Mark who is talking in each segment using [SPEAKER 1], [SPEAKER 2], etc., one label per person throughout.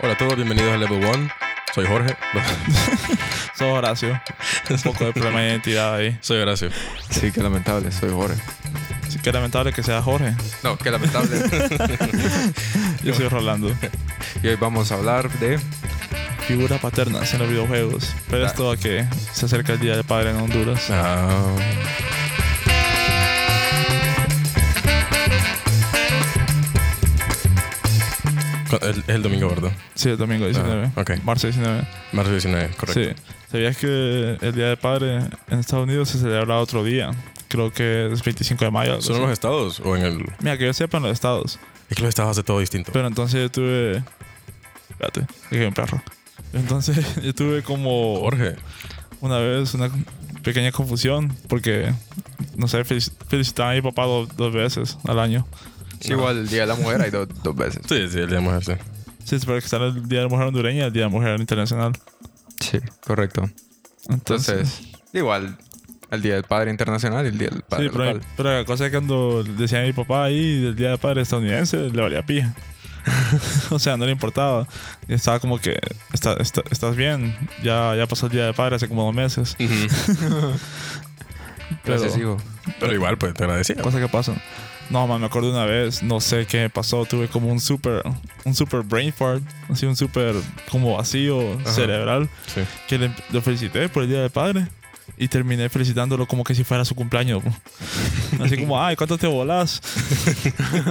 [SPEAKER 1] Hola a todos, bienvenidos a Level One. Soy Jorge.
[SPEAKER 2] Sos Horacio. Un poco de problema de identidad ahí.
[SPEAKER 1] Soy Horacio.
[SPEAKER 3] Sí, qué lamentable, soy Jorge.
[SPEAKER 2] Así que lamentable que sea Jorge.
[SPEAKER 3] No, qué lamentable.
[SPEAKER 2] Yo soy Rolando.
[SPEAKER 3] y hoy vamos a hablar de.
[SPEAKER 2] Figuras paternas en los videojuegos. Pero esto a que se acerca el Día del Padre en Honduras.
[SPEAKER 1] Ah, cu- el- Es el, domingo, ¿verdad?
[SPEAKER 2] Sí, el domingo 19.
[SPEAKER 1] Ah, ok.
[SPEAKER 2] Marzo 19.
[SPEAKER 1] Marzo 19, correcto.
[SPEAKER 2] Sí. ¿Sabías que el Día del Padre en Estados Unidos se celebra otro día? Creo que es 25 de mayo. algo
[SPEAKER 1] ¿Son en
[SPEAKER 2] así.
[SPEAKER 1] los estados o en el...?
[SPEAKER 2] Mira, que yo sepa en los estados.
[SPEAKER 1] Es que los estados hace todo distinto.
[SPEAKER 2] Pero entonces yo tuve... Espérate, aquí hay un perro. Entonces yo tuve como...
[SPEAKER 1] Jorge.
[SPEAKER 2] una vez una pequeña confusión porque, no sé, felici- felicitaba a mi papá do- dos veces al año.
[SPEAKER 3] Sí, igual el Día de la Mujer hay dos, dos veces.
[SPEAKER 1] Sí, sí, el día de mujer, sí.
[SPEAKER 2] Sí, pero que está el Día de la Mujer Hondureña y el Día de la Mujer Internacional.
[SPEAKER 3] Sí, correcto.
[SPEAKER 2] Entonces,
[SPEAKER 3] Entonces, igual el Día del Padre Internacional y el Día del Padre
[SPEAKER 2] sí, pero,
[SPEAKER 3] Local.
[SPEAKER 2] pero la cosa es que cuando decía a mi papá ahí del Día del Padre estadounidense, le valía pija. o sea, no le importaba. Y estaba como que, está, está- estás bien, ya, ya pasó el Día del Padre hace como dos meses. Pero-
[SPEAKER 3] Gracias, hijo.
[SPEAKER 1] Pero igual, pues, te agradecía.
[SPEAKER 2] Cosa que pasa. No, man, me acuerdo una vez, no sé qué me pasó, tuve como un super, un super brain fart, así un super como vacío cerebral,
[SPEAKER 1] Sí.
[SPEAKER 2] que le, lo felicité por el Día del Padre y terminé felicitándolo como que si fuera su cumpleaños. po. Así como, ay, ¿cuánto te volás?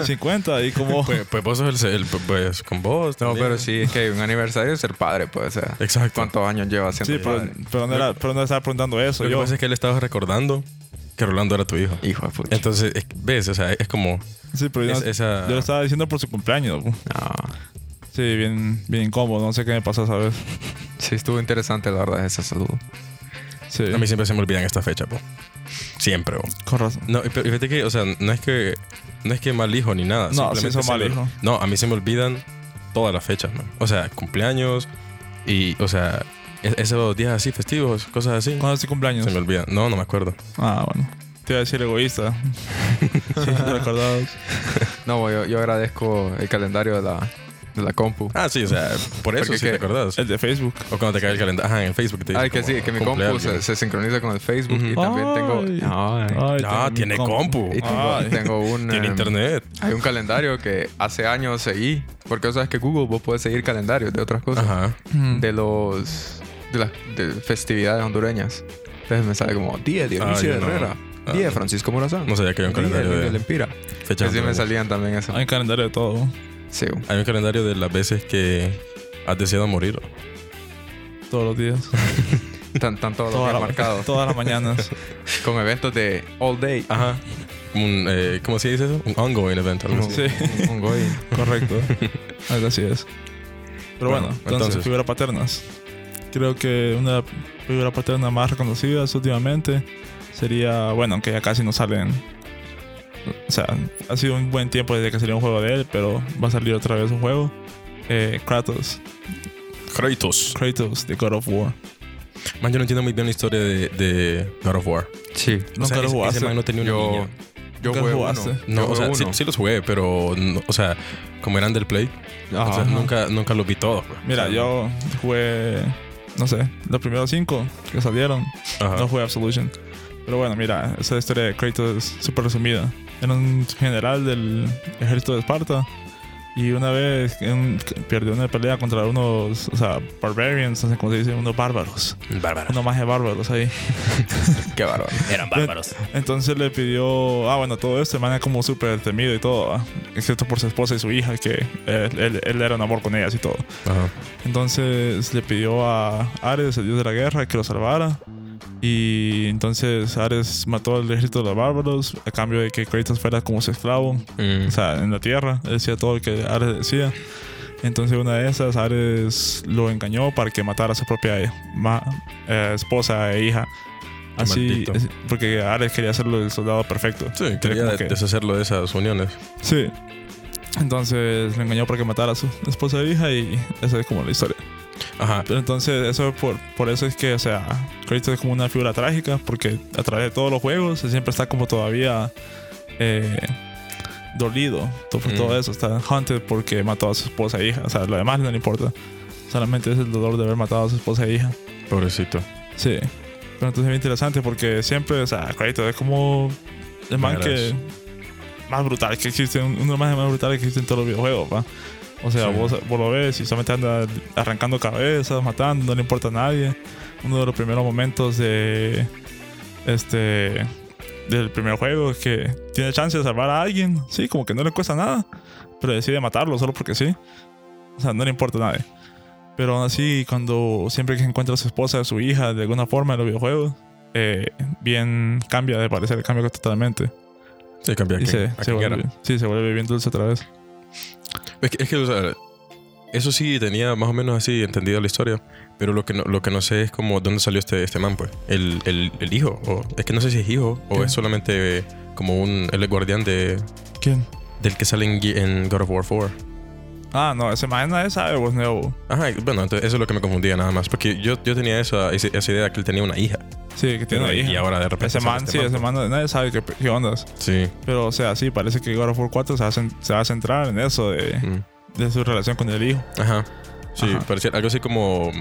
[SPEAKER 2] 50 y como...
[SPEAKER 1] Pues, pues vos sos el... el- pues, con vos.
[SPEAKER 3] No,
[SPEAKER 1] también.
[SPEAKER 3] pero sí, es que un aniversario es ser padre, pues. O sea,
[SPEAKER 1] Exacto.
[SPEAKER 3] ¿cuántos años lleva siendo
[SPEAKER 2] Sí, pero,
[SPEAKER 3] padre?
[SPEAKER 2] pero, no era, pero no estaba preguntando eso.
[SPEAKER 1] Lo que
[SPEAKER 2] Yo,
[SPEAKER 1] pasa es que él estaba recordando que Rolando era tu hijo.
[SPEAKER 3] Hijo de puta.
[SPEAKER 1] Entonces, es- ves, o sea, es como...
[SPEAKER 2] sí, pero yo, no-
[SPEAKER 1] es- esa-
[SPEAKER 2] yo lo estaba diciendo por su cumpleaños. po.
[SPEAKER 3] Ah,
[SPEAKER 2] Sí, bien, bien incómodo, no sé qué me pasó esa vez.
[SPEAKER 3] sí, estuvo interesante la verdad ese saludo.
[SPEAKER 2] Sí,
[SPEAKER 1] A mí siempre se me olvidan esta fecha, po. Siempre, po.
[SPEAKER 2] con razón.
[SPEAKER 1] No, y- pero fíjate que, o sea, no es que no es que mal hijo ni nada.
[SPEAKER 2] No, sí
[SPEAKER 1] simplemente
[SPEAKER 2] son
[SPEAKER 1] se
[SPEAKER 2] mal
[SPEAKER 1] me-
[SPEAKER 2] hijo.
[SPEAKER 1] No, a mí se me olvidan todas las fechas, man. O sea, cumpleaños y, o sea, es- esos días así festivos, cosas así.
[SPEAKER 2] ¿Cuándo es tu cumpleaños?
[SPEAKER 1] Se me olvidan. No, no me acuerdo.
[SPEAKER 2] Ah, bueno. Te iba a decir egoísta. sí, te recordabas.
[SPEAKER 3] No, yo, yo agradezco el calendario de la, de la compu.
[SPEAKER 1] Ah, sí, o sea, por eso
[SPEAKER 3] Porque
[SPEAKER 1] sí
[SPEAKER 3] que-
[SPEAKER 1] te acordás.
[SPEAKER 2] El de Facebook.
[SPEAKER 1] O cuando te cae el calendario. Ajá, en el Facebook te dice
[SPEAKER 3] Ay, Ah, que
[SPEAKER 1] como,
[SPEAKER 3] sí, que mi
[SPEAKER 1] cumple
[SPEAKER 3] compu se,
[SPEAKER 1] alguien.
[SPEAKER 3] se sincroniza con el Facebook
[SPEAKER 1] Ujú.
[SPEAKER 3] y también
[SPEAKER 2] Ay.
[SPEAKER 3] tengo. Ay.
[SPEAKER 1] Ah, tiene compu.
[SPEAKER 3] Y tengo,
[SPEAKER 2] Ay.
[SPEAKER 3] tengo un.
[SPEAKER 1] Tiene
[SPEAKER 3] em,
[SPEAKER 1] internet.
[SPEAKER 3] Hay un calendario que hace años seguí. Porque vos sabes que Google vos puedes seguir calendarios de otras cosas.
[SPEAKER 1] Ajá.
[SPEAKER 2] Mm.
[SPEAKER 3] De los. De las de festividades hondureñas. Entonces me sale como 10 Dionisio
[SPEAKER 1] Ah, yo no.
[SPEAKER 3] Herrera,
[SPEAKER 1] Ah.
[SPEAKER 3] 10 Francisco Morazán,
[SPEAKER 1] No sabía que había un
[SPEAKER 3] 10
[SPEAKER 1] calendario
[SPEAKER 3] Miguel
[SPEAKER 1] de
[SPEAKER 3] Empira.
[SPEAKER 1] fechas.
[SPEAKER 3] Así me
[SPEAKER 1] antiguas.
[SPEAKER 3] salían también eso.
[SPEAKER 2] Hay un calendario de todo.
[SPEAKER 3] Sí,
[SPEAKER 1] Hay un calendario de las veces que has deseado morir.
[SPEAKER 2] Todos los días.
[SPEAKER 3] tan, tan todos los
[SPEAKER 2] Todas
[SPEAKER 3] días
[SPEAKER 2] las-
[SPEAKER 3] marcados.
[SPEAKER 2] Todas las mañanas.
[SPEAKER 3] Con eventos de all day.
[SPEAKER 1] Ajá. Un, eh, ¿Cómo se dice eso? Un ongoing event. algo
[SPEAKER 3] Un-
[SPEAKER 1] así.
[SPEAKER 2] Sí.
[SPEAKER 3] un- un going.
[SPEAKER 2] Correcto. Algo así es. Pero bueno,
[SPEAKER 1] Bueno,
[SPEAKER 2] entonces,
[SPEAKER 1] entonces.
[SPEAKER 2] figuras paternas. Creo que una figura paterna más reconocida últimamente sería, bueno, aunque ya casi no salen. O sea, ha sido un buen tiempo desde que salió un juego de él, pero va a salir otra vez un juego. Eh, Kratos,
[SPEAKER 1] Kratos.
[SPEAKER 2] Kratos de God of War.
[SPEAKER 1] Man, yo no entiendo muy bien la historia de, de God of War.
[SPEAKER 3] Sí.
[SPEAKER 1] O sea,
[SPEAKER 2] Nunca lo
[SPEAKER 1] ese-
[SPEAKER 2] jugaste.
[SPEAKER 1] Ese man no tenía una
[SPEAKER 3] Yo,
[SPEAKER 1] niña.
[SPEAKER 3] yo
[SPEAKER 2] Nunca
[SPEAKER 3] jugué
[SPEAKER 2] jugaste.
[SPEAKER 3] uno.
[SPEAKER 1] No,
[SPEAKER 3] Yo
[SPEAKER 1] o
[SPEAKER 3] jugué
[SPEAKER 1] sea, sí,
[SPEAKER 3] uno.
[SPEAKER 1] sí los jugué, pero, no- o sea, como eran del Play, o sea,
[SPEAKER 3] Ajá.
[SPEAKER 1] nunca, nunca los vi todos. pues.
[SPEAKER 2] Mira,
[SPEAKER 1] O sea,
[SPEAKER 2] yo jugué, no sé, los primeros cinco que salieron.
[SPEAKER 1] ajá.
[SPEAKER 2] No jugué Absolution. Pero bueno, mira, esa historia de Kratos es súper resumida. Era un general del ejército de Esparta. Y una vez en- perdió una pelea contra unos, o sea, barbarians, no sé cómo se dice, unos bárbaros.
[SPEAKER 1] Bárbaros.
[SPEAKER 2] Unos más de bárbaros ahí.
[SPEAKER 3] Qué bárbaro.
[SPEAKER 1] Eran bárbaros.
[SPEAKER 2] Entonces le pidió, ah, bueno, todo esto, el man era como súper temido y todo, ¿va? excepto por su esposa y su hija, que eh, él, él- él era un amor con ellas y todo.
[SPEAKER 1] Ajá.
[SPEAKER 2] Entonces le pidió a Ares, el dios de la guerra, que lo salvara. Y entonces Ares mató al ejército de los bárbaros a cambio de que Kratos fuera como su esclavo,
[SPEAKER 1] Mm.
[SPEAKER 2] o sea, en la tierra. Él decía todo lo que Ares decía. Entonces una de esas, Ares lo engañó para que matara a su propia ma- eh, esposa e hija.
[SPEAKER 1] Qué
[SPEAKER 2] Así,
[SPEAKER 1] maldito.
[SPEAKER 2] es- porque Ares quería hacerlo el soldado perfecto.
[SPEAKER 1] Sí,
[SPEAKER 2] Era
[SPEAKER 1] quería
[SPEAKER 2] como
[SPEAKER 1] de-
[SPEAKER 2] que-
[SPEAKER 1] deshacerlo de esas uniones.
[SPEAKER 2] Sí. Entonces lo engañó para que matara a su esposa e hija y esa es como la historia.
[SPEAKER 1] Ajá.
[SPEAKER 2] Pero entonces, eso por, por eso es que, o sea, Kratos es como una figura trágica, porque a través de todos los juegos, él siempre está como todavía eh, dolido to- por
[SPEAKER 1] Mm.
[SPEAKER 2] todo eso. Está hunted porque mató a su esposa e hija. O sea, lo demás no le importa. Solamente es el dolor de haber matado a su esposa e hija.
[SPEAKER 1] Pobrecito.
[SPEAKER 2] Sí. Pero entonces es bien interesante porque siempre, o sea, crédito, es como el man
[SPEAKER 1] Verás.
[SPEAKER 2] que más brutal que existe, un- uno de los más, más brutales que existe en todos los videojuegos, ¿va? O sea,
[SPEAKER 1] Sí.
[SPEAKER 2] vos, vos lo ves y solamente anda arrancando cabezas, matando, no le importa a nadie. Uno de los primeros momentos de este del primer juego es que tiene chance de salvar a alguien, sí, como que no le cuesta nada, pero decide matarlo solo porque sí. O sea, no le importa a nadie. Pero aún así, cuando siempre que encuentra a su esposa, a su hija, de alguna forma en los videojuegos, eh, bien cambia de parecer, cambia totalmente.
[SPEAKER 1] Sí, cambia
[SPEAKER 2] y
[SPEAKER 1] aquí.
[SPEAKER 2] se, se vuelve, sí, se vuelve bien dulce otra vez.
[SPEAKER 1] Es que, es que, o sea, eso sí tenía más o menos así entendida la historia, pero lo que no, lo que no sé es como dónde salió este, este man, pues. El, el- el hijo, o es que no sé si es hijo o
[SPEAKER 2] ¿Qué?
[SPEAKER 1] es solamente eh, como un el guardián de,
[SPEAKER 2] ¿Quién?
[SPEAKER 1] del que sale en, Ge- en God of War 4.
[SPEAKER 2] Ah, no, ese man nadie sabe, pues nuevo.
[SPEAKER 1] Ajá, bueno, entonces eso es lo que me confundía nada más, porque yo, yo tenía esa, esa esa idea que él tenía una hija,
[SPEAKER 2] Sí, que
[SPEAKER 1] pero-
[SPEAKER 2] tiene una hija.
[SPEAKER 1] y ahora de repente
[SPEAKER 2] ese
[SPEAKER 1] sale
[SPEAKER 2] man,
[SPEAKER 1] este
[SPEAKER 2] sí, ese man, nadie sabe qué, qué ondas.
[SPEAKER 1] Sí.
[SPEAKER 2] Pero, o sea, sí, parece que God of War 4 se va a, cen- se va a centrar en eso, de,
[SPEAKER 1] mm.
[SPEAKER 2] de su relación con el hijo.
[SPEAKER 1] Ajá. Sí,
[SPEAKER 2] Ajá.
[SPEAKER 1] parecía algo así como.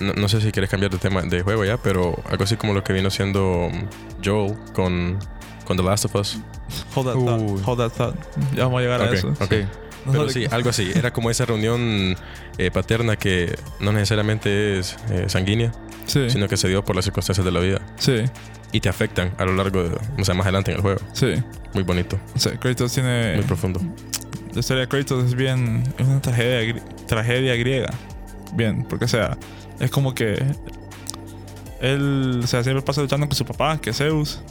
[SPEAKER 1] No, no sé si quieres cambiar de tema de juego ya, pero algo así como lo que vino siendo Joel con, con The Last of Us.
[SPEAKER 2] Hold that
[SPEAKER 3] Uy.
[SPEAKER 2] thought, hold that thought. Ya vamos a llegar
[SPEAKER 1] Ok,
[SPEAKER 2] a eso.
[SPEAKER 1] ok.
[SPEAKER 3] Sí.
[SPEAKER 1] Pero
[SPEAKER 2] Nosotros-
[SPEAKER 1] sí, algo así. Era como esa reunión eh, paterna que no necesariamente es eh, sanguínea,
[SPEAKER 2] Sí,
[SPEAKER 1] sino que se dio por las circunstancias de la vida
[SPEAKER 2] sí,
[SPEAKER 1] y te afectan a lo largo de. O sea, más adelante en el juego.
[SPEAKER 2] sí.
[SPEAKER 1] Muy bonito,
[SPEAKER 2] O sea, Kratos tiene...
[SPEAKER 1] muy profundo.
[SPEAKER 2] la historia de Kratos es bien. Es una tragedia, gri- tragedia griega. Bien, porque, o sea, es como que. Él, o sea, siempre pasa luchando con su papá, que es Zeus.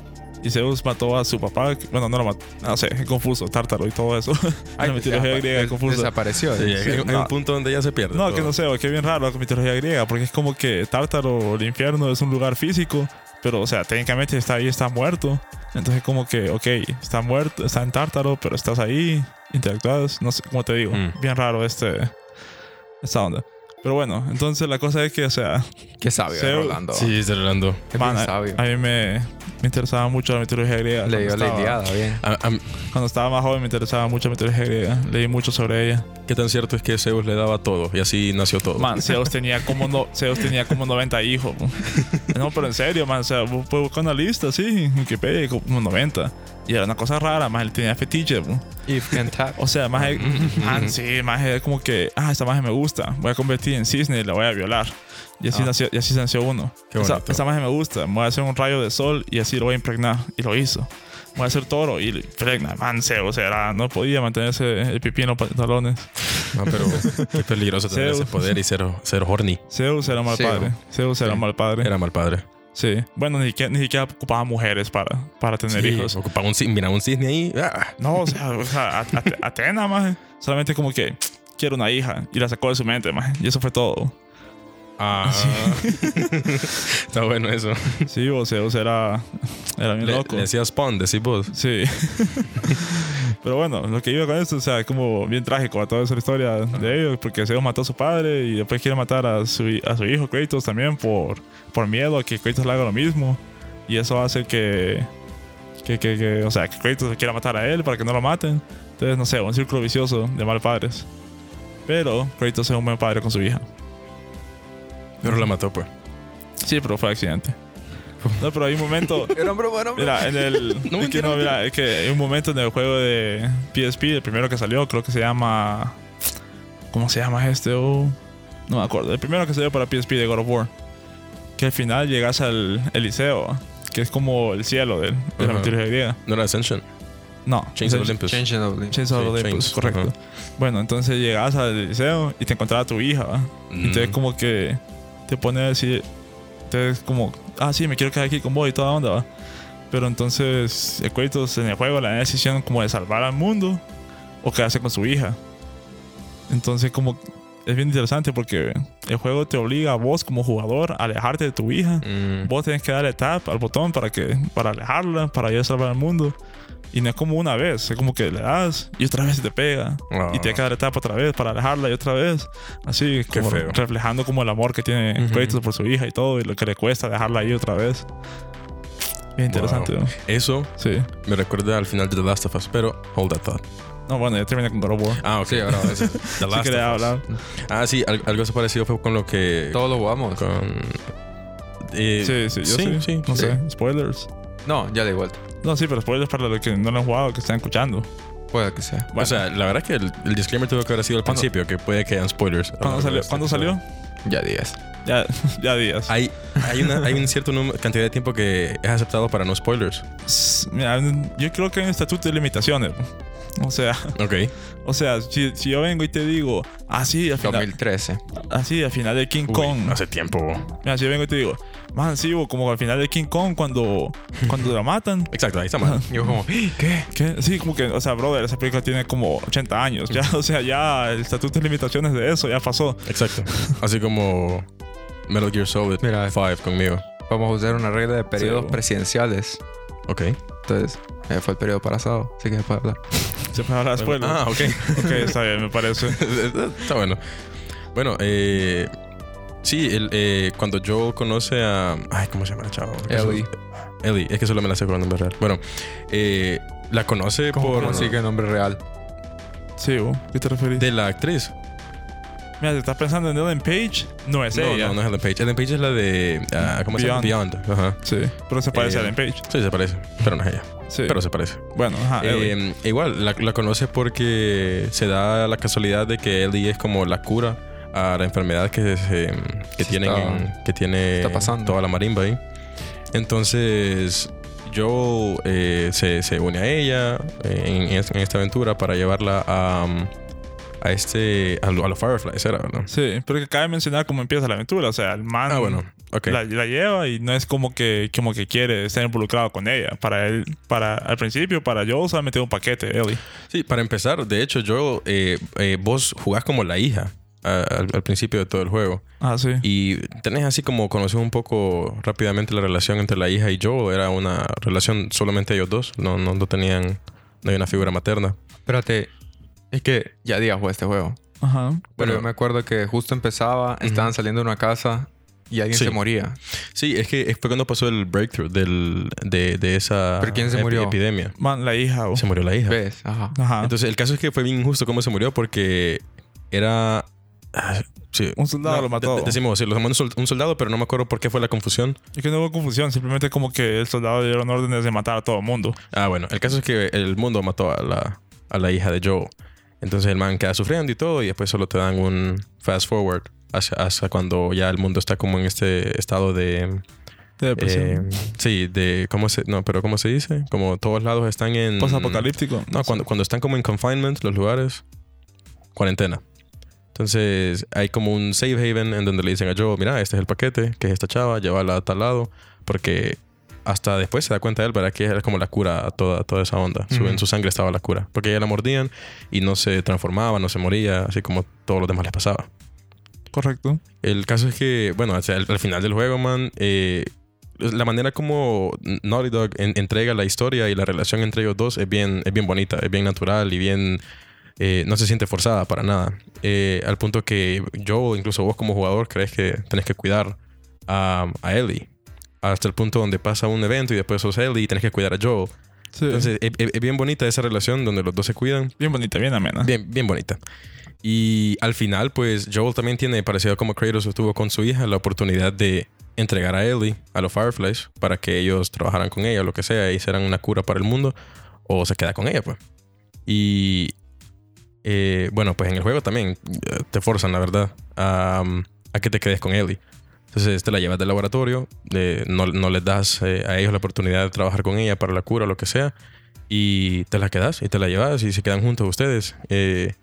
[SPEAKER 2] Y Zeus mató a su papá. que- Bueno, no lo mató. No sé, es confuso, tártaro y todo eso.
[SPEAKER 3] Ay,
[SPEAKER 2] la mitología
[SPEAKER 3] desapa-
[SPEAKER 2] griega es
[SPEAKER 3] des-
[SPEAKER 2] confusa.
[SPEAKER 3] Desapareció. Ah,
[SPEAKER 1] Sí, hay, hay
[SPEAKER 2] no.
[SPEAKER 1] un punto donde ya se pierde.
[SPEAKER 2] No,
[SPEAKER 1] todo.
[SPEAKER 2] que no sé, que es bien raro la mitología griega, porque es como que Tártaro, o el infierno, es un lugar físico, pero, o sea, técnicamente está ahí, está muerto. Entonces, como que, ok, está muerto, está en Tártaro, pero estás ahí, interactúas, no sé, como te digo,
[SPEAKER 1] Mm.
[SPEAKER 2] bien raro este, esta onda. Pero bueno, entonces la cosa es que, o sea,
[SPEAKER 3] Qué sabio,
[SPEAKER 2] Zeus-
[SPEAKER 3] Rolando.
[SPEAKER 1] Sí, está hablando.
[SPEAKER 3] Es bien
[SPEAKER 2] man, a,
[SPEAKER 3] sabio.
[SPEAKER 2] a mí me, me interesaba mucho la mitología griega.
[SPEAKER 3] Le dio
[SPEAKER 2] cuando
[SPEAKER 3] la
[SPEAKER 2] estaba-
[SPEAKER 3] ideada, bien.
[SPEAKER 1] A- a-
[SPEAKER 2] Cuando estaba más joven me interesaba mucho la mitología griega, leí mucho sobre ella.
[SPEAKER 1] ¿Qué tan cierto es que Zeus le daba todo y así nació todo?
[SPEAKER 2] Man, Zeus tenía como, no, Zeus tenía como 90 hijos. mo. No, pero en serio, man. O sea, vos puedes buscar una lista, sí, en Wikipedia, como 90. Y era una cosa rara, más él tenía fetiche. mo.
[SPEAKER 3] If can tap.
[SPEAKER 2] O sea, más él-
[SPEAKER 1] Mm,
[SPEAKER 2] man,
[SPEAKER 1] mm.
[SPEAKER 2] sí, más él como que, ah, esta magia me gusta, voy a convertir en cisne y la voy a violar. Y así,
[SPEAKER 3] Ah.
[SPEAKER 2] nació, y así nació uno.
[SPEAKER 1] Qué
[SPEAKER 2] esta,
[SPEAKER 1] bonito.
[SPEAKER 2] esta magia me gusta, me voy a hacer un rayo de sol y así lo voy a impregnar. Y lo hizo. Voy a hacer toro y lo impregna. Man, Zeus era, no podía mantenerse el pipí en los pantalones.
[SPEAKER 1] Ah, pero qué peligroso tener
[SPEAKER 2] Zeus.
[SPEAKER 1] ese poder y ser, ser horny.
[SPEAKER 2] Zeus era mal
[SPEAKER 3] Zeus.
[SPEAKER 2] padre. Zeus era
[SPEAKER 3] Sí.
[SPEAKER 2] mal padre.
[SPEAKER 1] Era mal padre.
[SPEAKER 2] Sí. Bueno, ni siquiera, ni siquiera ocupaba mujeres para, para tener
[SPEAKER 1] Sí,
[SPEAKER 2] hijos.
[SPEAKER 1] Ocupaba un cisne, mira, un cisne ahí. ah.
[SPEAKER 2] No, o sea, o sea, a- a- Atena, más. Solamente como que quiero una hija. Y la sacó de su mente, más. Y eso fue todo.
[SPEAKER 1] Ah. Está bueno eso.
[SPEAKER 2] Sí, o sea, o sea, era, era bien
[SPEAKER 1] Le,
[SPEAKER 2] loco.
[SPEAKER 1] le hacía spawn, decís vos.
[SPEAKER 2] Sí. Pero bueno, lo que iba con esto, o sea, es como bien trágico a toda esa historia de ellos, porque Zeus mató a su padre y después quiere matar a su, hi- a su hijo Kratos también por, por miedo a que Kratos le haga lo mismo. Y eso hace que, que, que, que- o sea, que Kratos le quiera matar a él para que no lo maten. Entonces, no sé, un círculo vicioso de mal padres. Pero Kratos es un buen padre con su hija.
[SPEAKER 1] Pero la mató, pues.
[SPEAKER 2] Sí, pero fue accidente. No, pero hay un momento,
[SPEAKER 3] Era un broma, era un broma.
[SPEAKER 2] Mira, en el.
[SPEAKER 1] No,
[SPEAKER 2] es que
[SPEAKER 1] mentira,
[SPEAKER 2] no, mira, es que hay un momento en el juego de PSP, el primero que salió, creo que se llama. ¿Cómo se llama este? Oh, no me acuerdo. El primero que salió para PSP de God of War. Que al final llegas al Eliseo, que es como el cielo del- de,
[SPEAKER 1] Ajá.
[SPEAKER 2] la mitología griega. No,
[SPEAKER 1] No era Ascension. Chains of
[SPEAKER 2] entonces-
[SPEAKER 1] Olympus.
[SPEAKER 3] Change of name.
[SPEAKER 2] Chains of
[SPEAKER 1] Sí,
[SPEAKER 2] Olympus,
[SPEAKER 1] Chains,
[SPEAKER 2] correcto.
[SPEAKER 1] ajá.
[SPEAKER 2] Bueno, entonces llegas al Eliseo y te encontraba tu hija. ¿va?
[SPEAKER 1] Mm.
[SPEAKER 2] Entonces como que te pone a decir, entonces como, ah, sí, me quiero quedar aquí con vos y toda onda, ¿va? Pero entonces el Kratos en el juego la decisión como de salvar al mundo o quedarse con su hija. Entonces como es bien interesante porque el juego te obliga a vos como jugador a alejarte de tu hija.
[SPEAKER 1] Mm.
[SPEAKER 2] Vos tenés que darle tap al botón para que para alejarla, para ir a salvar al mundo. Y no es como una vez, es como que le das y otra vez se te pega.
[SPEAKER 1] Ah.
[SPEAKER 2] Y tiene que dar etapa otra vez para alejarla y otra vez. Así,
[SPEAKER 1] Qué
[SPEAKER 2] como
[SPEAKER 1] feo.
[SPEAKER 2] reflejando como el amor que tiene
[SPEAKER 1] Ujú.
[SPEAKER 2] Kratos por su hija y todo, y lo que le cuesta dejarla ahí otra vez. Es interesante. ¿no?
[SPEAKER 1] Eso
[SPEAKER 2] Sí.
[SPEAKER 1] me recuerda al final de The Last of Us, pero hold that thought.
[SPEAKER 2] No, bueno, ya terminé con God of War.
[SPEAKER 1] Ah, ok.
[SPEAKER 3] Sí, ahora va a ser.
[SPEAKER 1] The
[SPEAKER 2] Sí
[SPEAKER 1] Last
[SPEAKER 2] quería
[SPEAKER 1] of Us.
[SPEAKER 2] hablar.
[SPEAKER 1] Ah, sí, al- algo así parecido fue con lo que.
[SPEAKER 3] Todos lo jugamos.
[SPEAKER 1] Con. eh,
[SPEAKER 2] Sí, sí, yo
[SPEAKER 1] sí,
[SPEAKER 2] sí.
[SPEAKER 1] sí.
[SPEAKER 2] No
[SPEAKER 3] Sí.
[SPEAKER 2] sé, spoilers.
[SPEAKER 3] No, ya da igual.
[SPEAKER 2] No, sí, pero spoilers para los que no lo han jugado, que están escuchando.
[SPEAKER 3] Puede que sea.
[SPEAKER 2] Bueno,
[SPEAKER 1] O sea, la verdad es que el, el disclaimer tuvo que haber sido al
[SPEAKER 2] ¿Cuándo-
[SPEAKER 1] principio, que puede que hayan spoilers.
[SPEAKER 2] ¿cuándo salió? ¿Cuándo salió?
[SPEAKER 3] Ya digas.
[SPEAKER 2] Ya, ya días.
[SPEAKER 1] Hay, hay, una, hay un cierto número- cantidad de tiempo que es aceptado para no spoilers.
[SPEAKER 2] S- Mira, yo creo que hay un estatuto de limitaciones. O sea,
[SPEAKER 1] Ok.
[SPEAKER 2] o sea, si, si yo vengo y te digo, así al final,
[SPEAKER 3] 2013.
[SPEAKER 2] así al final de King
[SPEAKER 1] Uy,
[SPEAKER 2] Kong.
[SPEAKER 1] Hace tiempo.
[SPEAKER 2] Mira, si yo vengo y te digo, man, sí, bo, como al final de King Kong cuando, cuando la matan.
[SPEAKER 1] Exacto, ahí está mal.
[SPEAKER 3] Yo como, ¿qué?
[SPEAKER 2] ¿Qué? Sí, como que, o sea, brother, esa película tiene como 80 años. Ya, o sea, ya el estatuto de limitaciones de eso ya pasó.
[SPEAKER 1] Exacto. Así como Metal Gear Solid
[SPEAKER 3] Mira.
[SPEAKER 1] 5 conmigo.
[SPEAKER 3] Vamos a usar una regla de periodos
[SPEAKER 2] Sí.
[SPEAKER 3] presidenciales.
[SPEAKER 1] Ok.
[SPEAKER 3] Entonces, eh, fue el periodo pasado. Así que se puede hablar.
[SPEAKER 2] Se fue a hablar después.
[SPEAKER 1] Ah, ok.
[SPEAKER 2] Ok, está bien, me parece.
[SPEAKER 1] Está bueno. Bueno, eh, sí, el, eh, cuando Joel conoce a. Ay, ¿cómo se llama el chavo?
[SPEAKER 3] Ellie.
[SPEAKER 1] Ellie, es que solo me la sé con el nombre real. Bueno, eh, la conoce por.
[SPEAKER 3] Así que nombre real.
[SPEAKER 2] Sí, bo, ¿qué te referís?
[SPEAKER 1] De la actriz.
[SPEAKER 2] Mira, ¿te estás pensando en Ellen Page? No es
[SPEAKER 1] no,
[SPEAKER 2] ella.
[SPEAKER 1] no, no es Ellen Page. Ellen Page es la de. ah, ¿Cómo se llama? Beyond. Ajá.
[SPEAKER 2] Sí, pero se parece
[SPEAKER 1] Eh,
[SPEAKER 2] a Ellen Page.
[SPEAKER 1] Sí, se parece. Pero no es ella.
[SPEAKER 2] Sí.
[SPEAKER 1] Pero se parece.
[SPEAKER 2] Bueno, ajá, Ellie.
[SPEAKER 1] Eh, igual, la, la conoce porque se da la casualidad de que Ellie es como la cura a la enfermedad que, se- que,
[SPEAKER 3] Se
[SPEAKER 1] tienen,
[SPEAKER 3] está-
[SPEAKER 1] que tiene
[SPEAKER 3] está pasando.
[SPEAKER 1] toda la marimba ahí. Entonces, Joel eh, se, se une a ella eh, en, en es- en esta aventura para llevarla a, um, a este a, lo- a los Fireflies, ¿era, verdad?
[SPEAKER 2] Sí, pero que cabe mencionar cómo empieza la aventura. O sea, el man
[SPEAKER 1] Ah, bueno, ok.
[SPEAKER 2] la, la lleva y no es como que, como que quiere estar involucrado con ella. Para él, para al principio, para yo, solamente un paquete, Ellie.
[SPEAKER 1] Sí, para empezar, de hecho, Joel, eh, eh, vos jugás como la hija a- al- al principio de todo el juego.
[SPEAKER 2] Ah, sí.
[SPEAKER 1] Y tenés así como conocer un poco rápidamente la relación entre la hija y yo. Era una relación solamente ellos dos. No, no, no tenían. No había una figura materna.
[SPEAKER 3] Espérate. Es que ya digas, jugué este juego.
[SPEAKER 2] Ajá.
[SPEAKER 3] Pero
[SPEAKER 1] Bueno.
[SPEAKER 3] yo me acuerdo que justo empezaba, estaban saliendo de una casa y alguien
[SPEAKER 1] Sí.
[SPEAKER 3] se moría.
[SPEAKER 1] Sí, es que fue cuando pasó el breakthrough del, de, de esa
[SPEAKER 3] ¿Pero quién se
[SPEAKER 1] epi-
[SPEAKER 3] murió? Oh. ah.
[SPEAKER 1] epidemia.
[SPEAKER 2] Man, la hija. bo.
[SPEAKER 1] Se murió la hija.
[SPEAKER 3] ¿Ves? Ajá.
[SPEAKER 2] Ajá.
[SPEAKER 1] Entonces, el caso es que fue bien injusto cómo se murió porque era. ah, Sí.
[SPEAKER 2] un soldado
[SPEAKER 1] No,
[SPEAKER 2] lo mató.
[SPEAKER 1] de- de- decimos, sí, lo llamó un sol- un soldado, pero no me acuerdo por qué fue la confusión.
[SPEAKER 2] es que no hubo confusión. Simplemente como que el soldado le dieron órdenes de matar a todo el mundo.
[SPEAKER 1] Ah, bueno, el caso es que el mundo mató a la, a la hija de Joe. Entonces el man queda sufriendo y todo, y después solo te dan un fast forward hacia, hasta cuando ya el mundo está como en este estado de.
[SPEAKER 2] De depresión.
[SPEAKER 1] eh, sí, de. ¿Cómo se.? No, pero ¿cómo se dice? Como todos lados están en.
[SPEAKER 2] Posapocalíptico.
[SPEAKER 1] Mm, No, cuando, cuando están como en confinement, los lugares. Cuarentena. Entonces hay como un safe haven en donde le dicen a Joe: Mira, este es el paquete, que es esta chava, llévala a tal lado. Porque hasta después se da cuenta él, ¿verdad? Que era como la cura a toda, toda esa onda. Su-
[SPEAKER 3] Ujú.
[SPEAKER 1] En su sangre estaba la cura. Porque ella la mordían y no se transformaba, no se moría, así como todos los demás les pasaba.
[SPEAKER 2] Correcto.
[SPEAKER 1] El caso es que, bueno, o sea, al, al final del juego, man, eh, la manera como Naughty Dog en- entrega la historia y la relación entre ellos dos es bien, es bien bonita, es bien natural y bien... eh, no se siente forzada para nada. Eh, al punto que yo, incluso vos como jugador, crees que tenés que cuidar a, a Ellie. Hasta el punto donde pasa un evento y después sos Ellie y tenés que cuidar a Joel.
[SPEAKER 2] Sí.
[SPEAKER 1] Entonces, es- es- es bien bonita esa relación donde los dos se cuidan.
[SPEAKER 2] bien bonita, bien amena.
[SPEAKER 1] Bien, bien bonita. Y al final, pues Joel también tiene, parecido como Kratos tuvo con su hija, la oportunidad de entregar a Ellie a los Fireflies para que ellos trabajaran con ella, lo que sea, y serán una cura para el mundo, o se queda con ella, pues. Y eh, bueno, pues en el juego también eh, te forzan, la verdad, a, um, a que te quedes con Ellie. Entonces te la llevas del laboratorio, eh, no, no les das eh, a ellos la oportunidad de trabajar con ella para la cura o lo que sea, y te la quedas y te la llevas y se quedan juntos ustedes. Eh,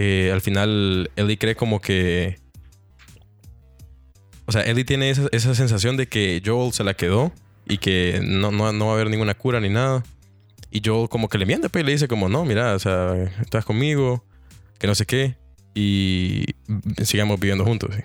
[SPEAKER 1] eh, al final, Ellie cree como que. O sea, Ellie tiene esa, esa sensación de que Joel se la quedó y que no, no, no va a haber ninguna cura ni nada. Y Joel como que le miente, pues, y le dice como, no, mira, o sea, estás conmigo, que no sé qué. Y sigamos viviendo juntos. sí.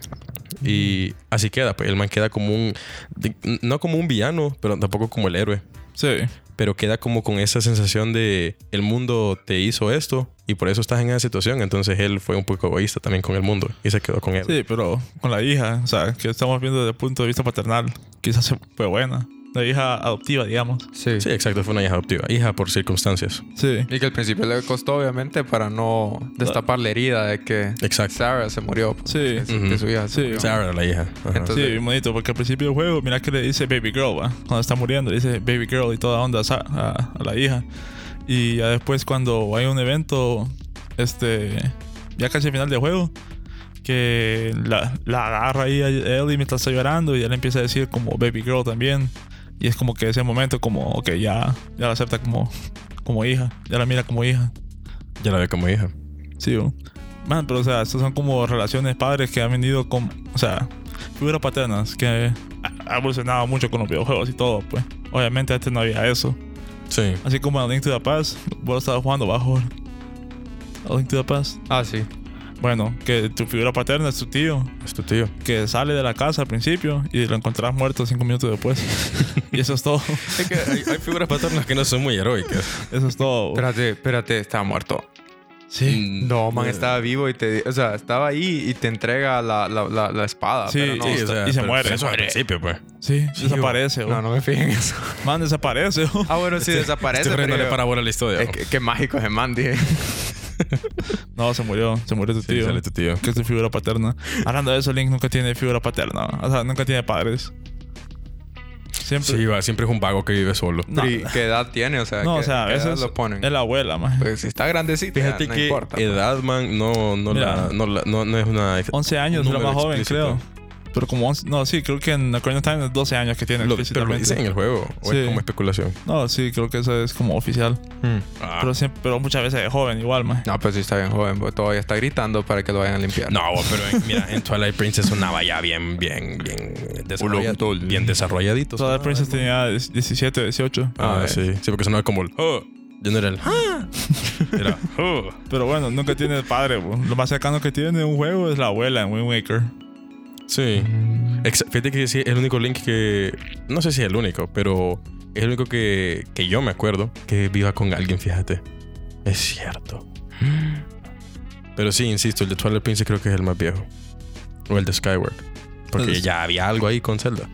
[SPEAKER 1] Y así queda, pues el man queda como un... de- No como un villano, pero tampoco como el héroe
[SPEAKER 2] Sí.
[SPEAKER 1] pero queda como con esa sensación de el mundo te hizo esto y por eso estás en esa situación. Entonces él fue un poco egoísta también con el mundo y se quedó con él.
[SPEAKER 2] Sí, pero con la hija, o sea, que estamos viendo desde el punto de vista paternal, quizás se- fue buena. La hija adoptiva, digamos.
[SPEAKER 3] Sí.
[SPEAKER 1] Sí, exacto, fue una hija adoptiva. Hija por circunstancias.
[SPEAKER 2] Sí.
[SPEAKER 3] Y que al principio le costó, obviamente, para no destapar la herida de que
[SPEAKER 1] Exacto.
[SPEAKER 3] Sarah se murió. pues,
[SPEAKER 2] Sí.
[SPEAKER 3] De su, de su hija. se
[SPEAKER 2] Sí.
[SPEAKER 3] murió.
[SPEAKER 1] Sarah, la hija. Ajá.
[SPEAKER 3] Entonces-
[SPEAKER 2] Sí, bien bonito, porque al principio del juego, mira que le dice Baby Girl, ¿va? cuando está muriendo, le dice Baby Girl y toda onda a, Sa- a- a la hija. Y ya después, cuando hay un evento, este, ya casi al final del juego, que la, la agarra ahí a Ellie mientras está llorando y ya le empieza a decir como Baby Girl también. Y es como que ese momento, como, ok, ya, ya la acepta como, como hija, ya la mira como hija.
[SPEAKER 1] ya la ve como hija.
[SPEAKER 2] Sí, bro. Man, pero o sea, estas son como relaciones padres que han venido con. O sea, figuras paternas que ha- ha evolucionado mucho con los videojuegos y todo, pues. Obviamente antes no había eso.
[SPEAKER 1] Sí.
[SPEAKER 2] Así como a Link to the Past, vos estabas jugando bajo. A Link to the Past.
[SPEAKER 3] Ah, sí.
[SPEAKER 2] Bueno, que tu figura paterna es tu tío,
[SPEAKER 1] Es tu tío.
[SPEAKER 2] que sale de la casa al principio y lo encontrás muerto cinco minutos después. y eso es todo.
[SPEAKER 1] Es que hay, hay figuras paternas que no son muy heroicas.
[SPEAKER 2] Eso es todo. bro.
[SPEAKER 3] Espérate, espérate, estaba muerto.
[SPEAKER 2] Sí.
[SPEAKER 3] No, man, estaba vivo y te. O sea, estaba ahí y te entrega la, la, la, la espada.
[SPEAKER 2] Sí,
[SPEAKER 3] pero no,
[SPEAKER 2] sí.
[SPEAKER 1] o sea,
[SPEAKER 2] Y se
[SPEAKER 1] pero
[SPEAKER 2] muere.
[SPEAKER 1] Eso al principio, pues.
[SPEAKER 2] Sí,
[SPEAKER 3] Mm. Sí,
[SPEAKER 2] desaparece, bro.
[SPEAKER 3] No, no me fijé en eso.
[SPEAKER 2] Man, desaparece, bro.
[SPEAKER 3] Ah, bueno, sí, desaparece.
[SPEAKER 1] Este hombre no
[SPEAKER 3] pero
[SPEAKER 1] le
[SPEAKER 3] yo-
[SPEAKER 1] para bola a la historia.
[SPEAKER 3] Es que, qué mágico es el man, dije.
[SPEAKER 2] No, se murió. Se murió tu
[SPEAKER 1] Sí,
[SPEAKER 2] tío.
[SPEAKER 1] sale tu tío.
[SPEAKER 2] que es tu figura paterna. Hablando de eso, Link nunca tiene figura paterna. O sea, nunca tiene padres. Siempre.
[SPEAKER 1] Sí, va, siempre es un vago que vive solo.
[SPEAKER 2] no,
[SPEAKER 3] Pero, ¿y ¿Qué edad tiene? O sea,
[SPEAKER 2] no,
[SPEAKER 3] ¿qué-
[SPEAKER 2] o sea, a
[SPEAKER 3] qué edad
[SPEAKER 2] veces
[SPEAKER 3] lo ponen.
[SPEAKER 2] es la abuela, más.
[SPEAKER 3] Pues si está grandecito,
[SPEAKER 1] Fíjate
[SPEAKER 3] no
[SPEAKER 1] que
[SPEAKER 3] importa. pues.
[SPEAKER 1] edad, man, no, no,
[SPEAKER 2] Mira.
[SPEAKER 1] la, no, la- no, no es una...
[SPEAKER 2] 11 años, es la
[SPEAKER 1] número
[SPEAKER 2] más joven,
[SPEAKER 1] explícito.
[SPEAKER 2] creo. Pero como 11. No, sí, creo que en Ocarina of Time es 12 años que tiene
[SPEAKER 1] Lo- pero lo
[SPEAKER 2] explícitamente.
[SPEAKER 1] dicen en el juego. O
[SPEAKER 2] Sí.
[SPEAKER 1] es como especulación.
[SPEAKER 2] No, sí, creo que eso es como oficial.
[SPEAKER 3] Mm.
[SPEAKER 1] Ah.
[SPEAKER 2] Pero, siempre, pero muchas veces es joven, igual, más.
[SPEAKER 3] No, pero sí está bien joven, porque todavía está gritando para que lo vayan a limpiar.
[SPEAKER 1] No, bo, pero en- mira, en Twilight Princess sonaba ya bien, bien, bien, desarrollado,
[SPEAKER 3] Ulum.
[SPEAKER 1] bien desarrolladito.
[SPEAKER 2] Toda
[SPEAKER 1] sonaba,
[SPEAKER 2] Princess
[SPEAKER 1] ¿no?
[SPEAKER 2] tenía 17, 18.
[SPEAKER 1] Ah,
[SPEAKER 3] Ah,
[SPEAKER 1] sí. Sí, porque sonaba como el... "Oh". Yo no era el... "Ah". Era... "Oh".
[SPEAKER 2] Pero bueno, nunca tiene padre. bo. Lo más cercano que tiene de un juego es la abuela en Wind Waker.
[SPEAKER 1] Sí. Ex- Fíjate que sí, es el único Link que... No sé si es el único, pero es el único que, que yo me acuerdo que viva con alguien, fíjate. Es cierto. Pero sí, insisto, el de Twilight Princess creo que es el más viejo. O el de Skyward. Porque
[SPEAKER 2] El de-
[SPEAKER 1] ya había algo ahí con Zelda.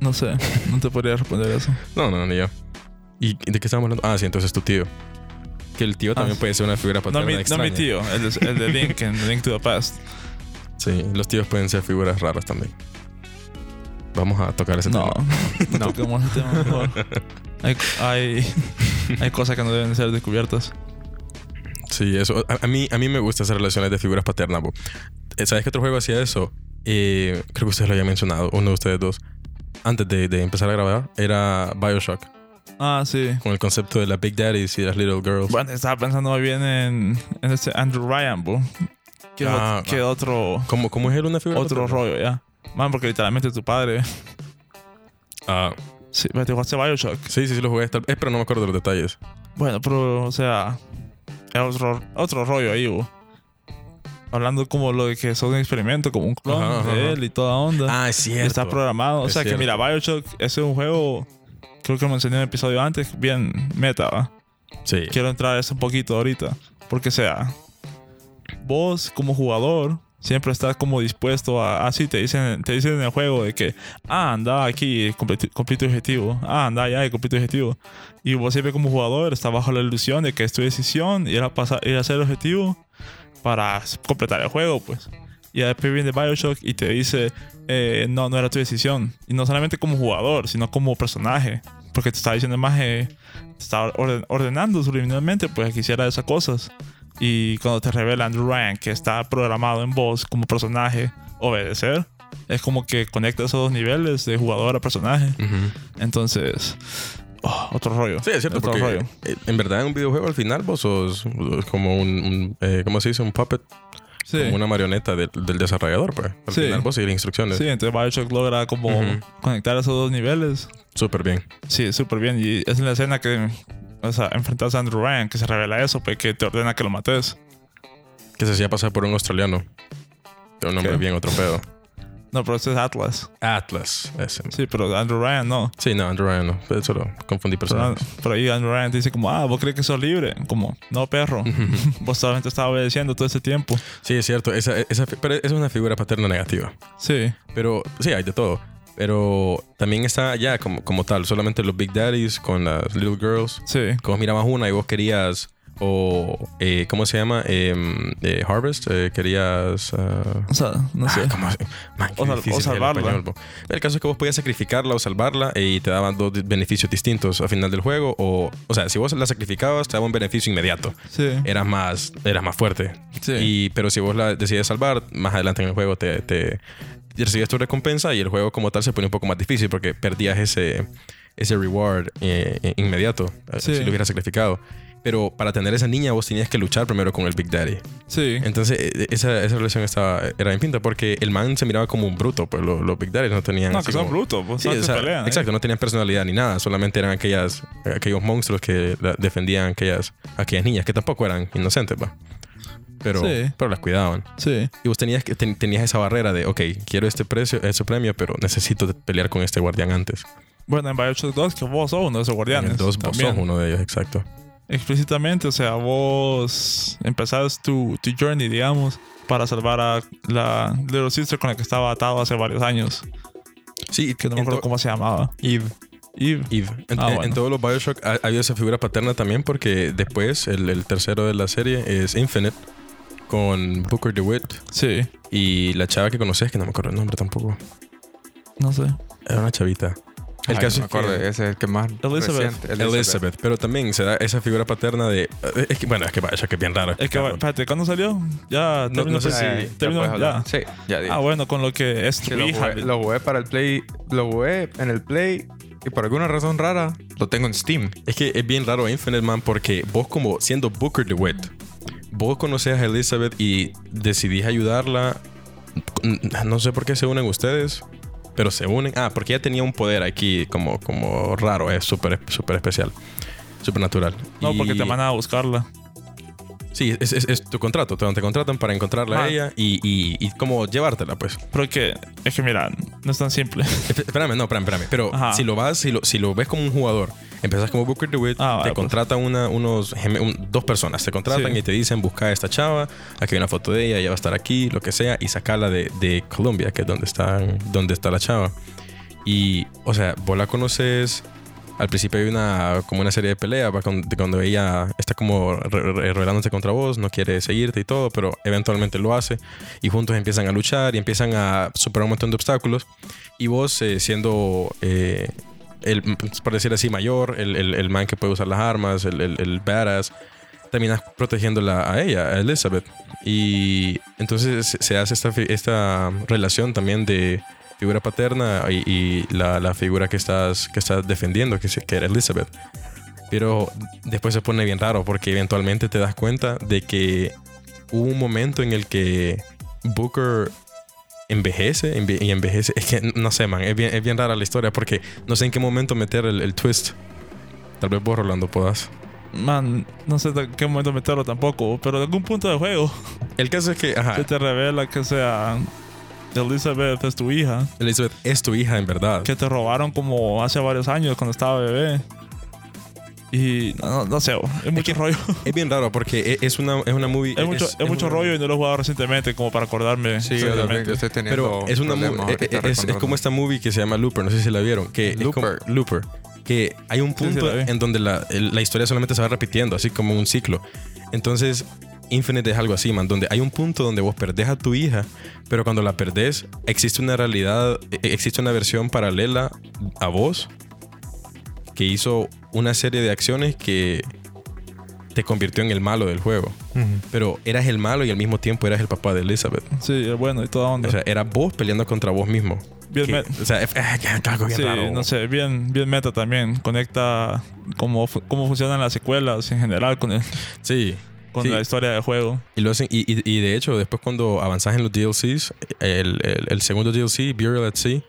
[SPEAKER 2] No sé, no te podría responder eso.
[SPEAKER 1] No, no, ni yo. ¿Y de qué estábamos hablando? Ah, sí, entonces tu tío. Que el tío también
[SPEAKER 2] Ah.
[SPEAKER 1] puede ser una figura
[SPEAKER 2] No
[SPEAKER 1] paterna
[SPEAKER 2] mi, no
[SPEAKER 1] extraña.
[SPEAKER 2] mi tío, el de, el de Link en Link to the Past.
[SPEAKER 1] Sí, los tíos pueden ser figuras raras también. Vamos a tocar ese
[SPEAKER 2] No,
[SPEAKER 1] tema.
[SPEAKER 2] no toquemos ese tema mejor. Hay, hay, hay cosas que no deben ser descubiertas.
[SPEAKER 1] Sí, eso. A, a mí, a mí me gustan esas relaciones de figuras paternas. bo. Eh, ¿Sabes qué otro juego hacía eso? Eh, creo que ustedes lo habían mencionado, uno de ustedes dos. Antes de, de empezar a grabar, era Bioshock,
[SPEAKER 2] Ah, sí.
[SPEAKER 1] con el concepto de las Big Daddies y las Little Girls.
[SPEAKER 2] Bueno, estaba pensando muy bien en, en este Andrew Ryan, bo. Que,
[SPEAKER 1] Ah,
[SPEAKER 2] ot- que
[SPEAKER 1] ah.
[SPEAKER 2] otro,
[SPEAKER 1] ¿Cómo, ¿Cómo es él una figura
[SPEAKER 2] otro
[SPEAKER 1] paterna?
[SPEAKER 2] rollo, ya. Man, porque literalmente tu padre.
[SPEAKER 1] Ah,
[SPEAKER 2] Sí, pero te jugaste Bioshock.
[SPEAKER 1] sí, sí, sí, lo jugué. tal- eh, pero no me acuerdo de los detalles.
[SPEAKER 2] Bueno, pero, o sea, es otro, otro rollo ahí, bo. Hablando como lo de que son un experimento, como un clon
[SPEAKER 1] Ajá, ajá,
[SPEAKER 2] de
[SPEAKER 1] ajá.
[SPEAKER 2] él y toda onda.
[SPEAKER 1] Ah, es cierto.
[SPEAKER 2] Está programado. O
[SPEAKER 1] Es
[SPEAKER 2] sea que
[SPEAKER 1] cierto.
[SPEAKER 2] mira, Bioshock ese es un juego, creo que lo mencioné en el episodio antes, bien meta, ¿va?
[SPEAKER 1] Sí.
[SPEAKER 2] Quiero entrar a eso un poquito ahorita. Porque o sea, vos como jugador siempre estás como dispuesto a, así te dicen, te dicen en el juego de que, ah, anda aquí, y cumplí, tu- cumplí tu objetivo, ah, anda allá y cumplí tu objetivo. Y vos siempre como jugador estás bajo la ilusión de que es tu decisión ir a, pasar, ir a hacer el objetivo para s- completar el juego, pues. Y después viene Bioshock y te dice, eh, no, no era tu decisión. Y no solamente como jugador, sino como personaje. Porque te está diciendo más, eh, te está orden- ordenando subliminalmente, pues que hiciera esas cosas. Y cuando te revela Andrew Ryan que está programado en voz como personaje, obedecer, es como que conecta esos dos niveles de jugador a personaje.
[SPEAKER 1] Ujú.
[SPEAKER 2] Entonces, oh, otro rollo.
[SPEAKER 1] Sí, es cierto,
[SPEAKER 2] otro
[SPEAKER 1] porque
[SPEAKER 2] rollo.
[SPEAKER 1] eh, en verdad en un videojuego al final vos sos sos como un, un, eh, ¿cómo se dice? Un puppet,
[SPEAKER 2] Sí.
[SPEAKER 1] como una marioneta del, del desarrollador, pues. Al
[SPEAKER 2] Sí.
[SPEAKER 1] final vos seguís instrucciones.
[SPEAKER 2] Sí, entonces Bioshock logra como
[SPEAKER 1] Ujú.
[SPEAKER 2] conectar esos dos niveles.
[SPEAKER 1] Súper bien.
[SPEAKER 2] Sí, súper bien. Y es en la escena que o sea, enfrentas a Andrew Ryan, que se revela eso, pues que te ordena que lo mates.
[SPEAKER 1] Que se hacía pasar por un australiano. De un nombre
[SPEAKER 2] ¿Qué?
[SPEAKER 1] bien atropellado.
[SPEAKER 2] No, pero ese es Atlas.
[SPEAKER 1] Atlas. Ese.
[SPEAKER 2] Sí, pero Andrew Ryan no.
[SPEAKER 1] Sí, no, Andrew Ryan no. Pero Solo confundí
[SPEAKER 2] Pero,
[SPEAKER 1] personas.
[SPEAKER 2] pero ahí Andrew Ryan te dice como, ah, vos crees que sos libre. Como, no, perro. vos solamente estabas obedeciendo todo ese tiempo.
[SPEAKER 1] Sí, es cierto. Esa, esa, pero esa es una figura paterna negativa.
[SPEAKER 2] Sí.
[SPEAKER 1] Pero sí, hay de todo. Pero también está ya como, como tal, solamente los Big Daddies con las Little Girls.
[SPEAKER 2] Sí.
[SPEAKER 1] que vos mirabas una y vos querías o eh, cómo se llama Em, eh, harvest eh, querías ah,
[SPEAKER 2] O sea, no sé.
[SPEAKER 1] ah, ¿cómo se- Man, qué
[SPEAKER 2] O sal-
[SPEAKER 1] difícil
[SPEAKER 2] o
[SPEAKER 1] es el
[SPEAKER 2] salvarla.
[SPEAKER 1] español, bo. el caso es que vos podías sacrificarla o salvarla y te daban dos di- beneficios distintos al final del juego o o sea si vos la sacrificabas te daba un beneficio inmediato
[SPEAKER 2] Sí.
[SPEAKER 1] eras más eras más fuerte
[SPEAKER 3] Sí.
[SPEAKER 1] y, pero si vos la decides salvar, más adelante en el juego te, te- te recibías tu recompensa y el juego como tal se pone un poco más difícil porque perdías ese, ese reward eh, eh, inmediato eh,
[SPEAKER 2] Sí.
[SPEAKER 1] si lo hubieras sacrificado. Pero para tener esa niña vos tenías que luchar primero con el Big Daddy.
[SPEAKER 2] Sí.
[SPEAKER 1] Entonces eh, esa, esa relación estaba, era bien pinta porque el man se miraba como un bruto, pues los, los Big Daddy no tenían...
[SPEAKER 2] No,
[SPEAKER 1] así
[SPEAKER 2] que son
[SPEAKER 1] como-
[SPEAKER 2] brutos. Pues,
[SPEAKER 1] Sí,
[SPEAKER 2] o sea,
[SPEAKER 1] o
[SPEAKER 2] se
[SPEAKER 1] sea,
[SPEAKER 2] pelean, ¿eh?
[SPEAKER 1] exacto, no tenían personalidad ni nada, solamente eran aquellas, aquellos monstruos que la- defendían aquellas, aquellas niñas que tampoco eran inocentes, va. Pero,
[SPEAKER 2] Sí.
[SPEAKER 1] pero las cuidaban.
[SPEAKER 2] Sí.
[SPEAKER 1] Y vos tenías, que, ten- tenías esa barrera de, ok, quiero este precio, ese premio, pero necesito pelear con este guardián antes.
[SPEAKER 2] Bueno, en Bioshock 2, que vos sos uno de esos
[SPEAKER 1] En
[SPEAKER 2] guardianes.
[SPEAKER 1] el 2 vos
[SPEAKER 2] también.
[SPEAKER 1] sos uno de ellos, exacto.
[SPEAKER 2] Explícitamente, o sea, vos empezás tu, tu journey, digamos, para salvar a la Little Sister con la que estaba atado hace varios años.
[SPEAKER 1] Sí,
[SPEAKER 2] Que no me acuerdo cómo se llamaba.
[SPEAKER 1] Eve.
[SPEAKER 2] Eve.
[SPEAKER 1] Eve. En,
[SPEAKER 2] Ah,
[SPEAKER 1] en- en
[SPEAKER 2] bueno.
[SPEAKER 1] todos los Bioshock ha, ha habido esa figura paterna también porque después el, el tercero de la serie es Infinite con Booker DeWitt
[SPEAKER 2] Sí.
[SPEAKER 1] y la chava que conoces, que no me acuerdo el nombre tampoco.
[SPEAKER 2] No sé.
[SPEAKER 1] Era una chavita. El caso
[SPEAKER 3] Ay, no me
[SPEAKER 1] es que-
[SPEAKER 3] acuerdo, ese es el que más
[SPEAKER 2] Elizabeth.
[SPEAKER 3] reciente.
[SPEAKER 1] Elizabeth. Pero también se da esa figura paterna de... eh, Es que, bueno, es que vaya, que es bien raro.
[SPEAKER 2] Es que,
[SPEAKER 1] explicarlo.
[SPEAKER 2] espérate, ¿cuándo salió? Ya,
[SPEAKER 1] No- no sé
[SPEAKER 2] terminó-
[SPEAKER 1] si-
[SPEAKER 3] Ay, pues, eh, ya
[SPEAKER 2] terminó,
[SPEAKER 3] puedes hablar.
[SPEAKER 2] ya.
[SPEAKER 3] Sí, ya dije.
[SPEAKER 2] Ah, bueno, con lo que es tu
[SPEAKER 3] Que lo,
[SPEAKER 2] hija.
[SPEAKER 3] jugué, lo jugué para el Play, lo jugué en el Play y por alguna razón rara lo tengo en Steam.
[SPEAKER 1] Es que es bien raro Infinite Man porque vos como siendo Booker DeWitt, vos conocés a Elizabeth y decidís ayudarla. No sé por qué se unen ustedes, pero se unen. Ah, porque ella tenía un poder aquí como, como raro, es súper súper especial, supernatural.
[SPEAKER 2] No, porque
[SPEAKER 1] Y-
[SPEAKER 2] te mandan a buscarla.
[SPEAKER 1] Sí, es, es- es tu contrato, te, te contratan para encontrarla a
[SPEAKER 2] Ah.
[SPEAKER 1] ella y, y, y como llevártela, pues.
[SPEAKER 2] Pero que, es que mira, no es tan simple.
[SPEAKER 1] Esp- Espérame, no, espérame, espérame. Pero
[SPEAKER 2] Ajá.
[SPEAKER 1] si lo vas, si lo, si lo ves como un jugador, empezás como Booker DeWitt,
[SPEAKER 2] Ah, vale,
[SPEAKER 1] te
[SPEAKER 2] pues.
[SPEAKER 1] contratan una, unos geme- un- dos personas, te contratan
[SPEAKER 2] Sí.
[SPEAKER 1] y te dicen busca a esta chava, aquí hay una foto de ella, ella va a estar aquí, lo que sea, y sacala de, de Colombia, que es donde están, donde está la chava. Y, o sea, vos la conoces. Al principio hay una, como una serie de peleas, va, con- de cuando ella está como re- re- rebelándose contra vos, no quiere seguirte y todo, pero eventualmente lo hace. Y juntos empiezan a luchar y empiezan a superar un montón de obstáculos. Y vos, eh, siendo, eh, el, pues, por decir así, mayor, el, el- el man que puede usar las armas, el, el, el badass, terminas protegiéndola a ella, a Elizabeth. Y entonces se- se hace esta, fi- esta relación también de figura paterna y, y la, la figura que estás, que estás defendiendo, que, se- que era Elizabeth. Pero después se pone bien raro porque eventualmente te das cuenta de que hubo un momento en el que Booker envejece enve- y envejece. Es que no sé, man, es bien, es bien rara la historia porque no sé en qué momento meter el, el twist. Tal vez vos, Rolando, podás.
[SPEAKER 2] Man, no sé en qué momento meterlo tampoco, pero en algún punto del juego
[SPEAKER 1] El caso es que,
[SPEAKER 2] se
[SPEAKER 1] ajá,
[SPEAKER 2] te revela que sea Elizabeth es tu hija,
[SPEAKER 1] Elizabeth es tu hija en verdad.
[SPEAKER 2] que te robaron como hace varios años cuando estaba bebé. Y no, no sé, es mucho
[SPEAKER 1] que-
[SPEAKER 2] rollo.
[SPEAKER 1] Es bien raro porque e- es una, es una movie.
[SPEAKER 2] Es mucho, es mucho
[SPEAKER 1] una-
[SPEAKER 2] rollo y no lo he jugado recientemente como para acordarme.
[SPEAKER 3] Sí, yo
[SPEAKER 2] exactamente.
[SPEAKER 3] también, yo estoy teniendo
[SPEAKER 1] Pero es una
[SPEAKER 3] problemas
[SPEAKER 1] mu-
[SPEAKER 3] ahorita
[SPEAKER 1] e- e- es, es como
[SPEAKER 3] recordando.
[SPEAKER 1] esta movie que se llama Looper, no sé si la vieron, que es
[SPEAKER 3] Looper.
[SPEAKER 1] como Looper, que hay un
[SPEAKER 2] sí,
[SPEAKER 1] punto
[SPEAKER 2] la vi.
[SPEAKER 1] en donde la, el- la historia solamente se va repitiendo, así como un ciclo. Entonces, Infinite es algo así, man, donde hay un punto donde vos perdés a tu hija, pero cuando la perdés, existe una realidad, e- existe una versión paralela a vos que hizo una serie de acciones que te convirtió en el malo del juego.
[SPEAKER 3] Ujú.
[SPEAKER 1] Pero eras el malo y al mismo tiempo eras el papá de Elizabeth.
[SPEAKER 2] Sí, es bueno y toda onda.
[SPEAKER 1] O sea, era vos peleando contra vos mismo.
[SPEAKER 2] bien
[SPEAKER 1] Que-
[SPEAKER 2] me-
[SPEAKER 1] o sea, es, es- es algo bien
[SPEAKER 2] sí,
[SPEAKER 1] raro.
[SPEAKER 2] no sé, bien, bien meta también. Conecta cómo, fu- cómo funcionan las secuelas en general con, el-
[SPEAKER 1] Sí.
[SPEAKER 2] con
[SPEAKER 1] Sí.
[SPEAKER 2] la historia del juego.
[SPEAKER 1] Y, lo hacen, y, y- y de hecho, después cuando avanzas en los DLCs, el, el- el segundo DLC, Burial at Sea,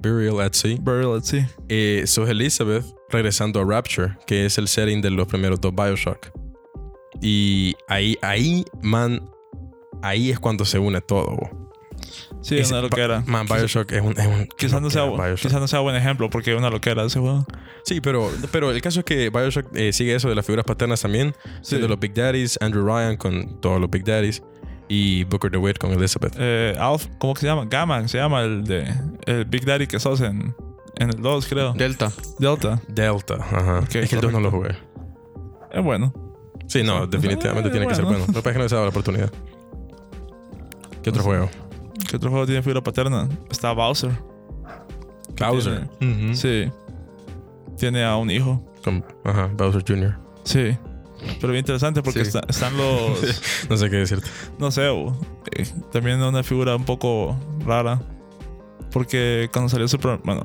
[SPEAKER 1] Burial at Sea,
[SPEAKER 2] Burial, sí.
[SPEAKER 1] eh, sos Elizabeth regresando a Rapture, que es el setting de los primeros dos Bioshock. Y ahí, ahí, man, ahí es cuando se une todo. bo.
[SPEAKER 2] Sí,
[SPEAKER 1] Ese-
[SPEAKER 2] una loquera.
[SPEAKER 1] Man, Bioshock es un... es un-
[SPEAKER 2] Quizás Ah, no, sea,
[SPEAKER 1] loquera, Bioshock.
[SPEAKER 2] quizás no sea buen ejemplo porque es una loquera ese juego.
[SPEAKER 1] Sí, pero, pero el caso es que Bioshock eh, sigue eso de las figuras paternas también.
[SPEAKER 2] Sí.
[SPEAKER 1] siendo los Big Daddies, Andrew Ryan con todos los Big Daddies. y Booker DeWitt con Elizabeth.
[SPEAKER 2] Eh, Alf, ¿cómo que se llama? Gamma, se llama el de el Big Daddy que sos en, en el 2, creo.
[SPEAKER 3] Delta.
[SPEAKER 2] Delta.
[SPEAKER 1] Delta, ajá.
[SPEAKER 2] Ok,
[SPEAKER 1] es que el 2 no lo jugué.
[SPEAKER 2] Es bueno.
[SPEAKER 1] Sí, no, definitivamente
[SPEAKER 2] Eh,
[SPEAKER 1] tiene que ser
[SPEAKER 2] bueno.
[SPEAKER 1] bueno. Lo que pasa es que no se daba la oportunidad. ¿Qué otro juego?
[SPEAKER 2] ¿Qué otro juego tiene figura paterna? Está Bowser. que
[SPEAKER 1] Bowser.
[SPEAKER 2] tiene- sí. Tiene a un hijo.
[SPEAKER 1] Con- ajá, Bowser Jr.
[SPEAKER 2] Sí. Pero bien interesante porque
[SPEAKER 3] Sí.
[SPEAKER 2] está- están los.
[SPEAKER 1] No sé qué decirte.
[SPEAKER 2] No sé, bo, eh, también una figura un poco rara. Porque cuando salió Super. Bueno.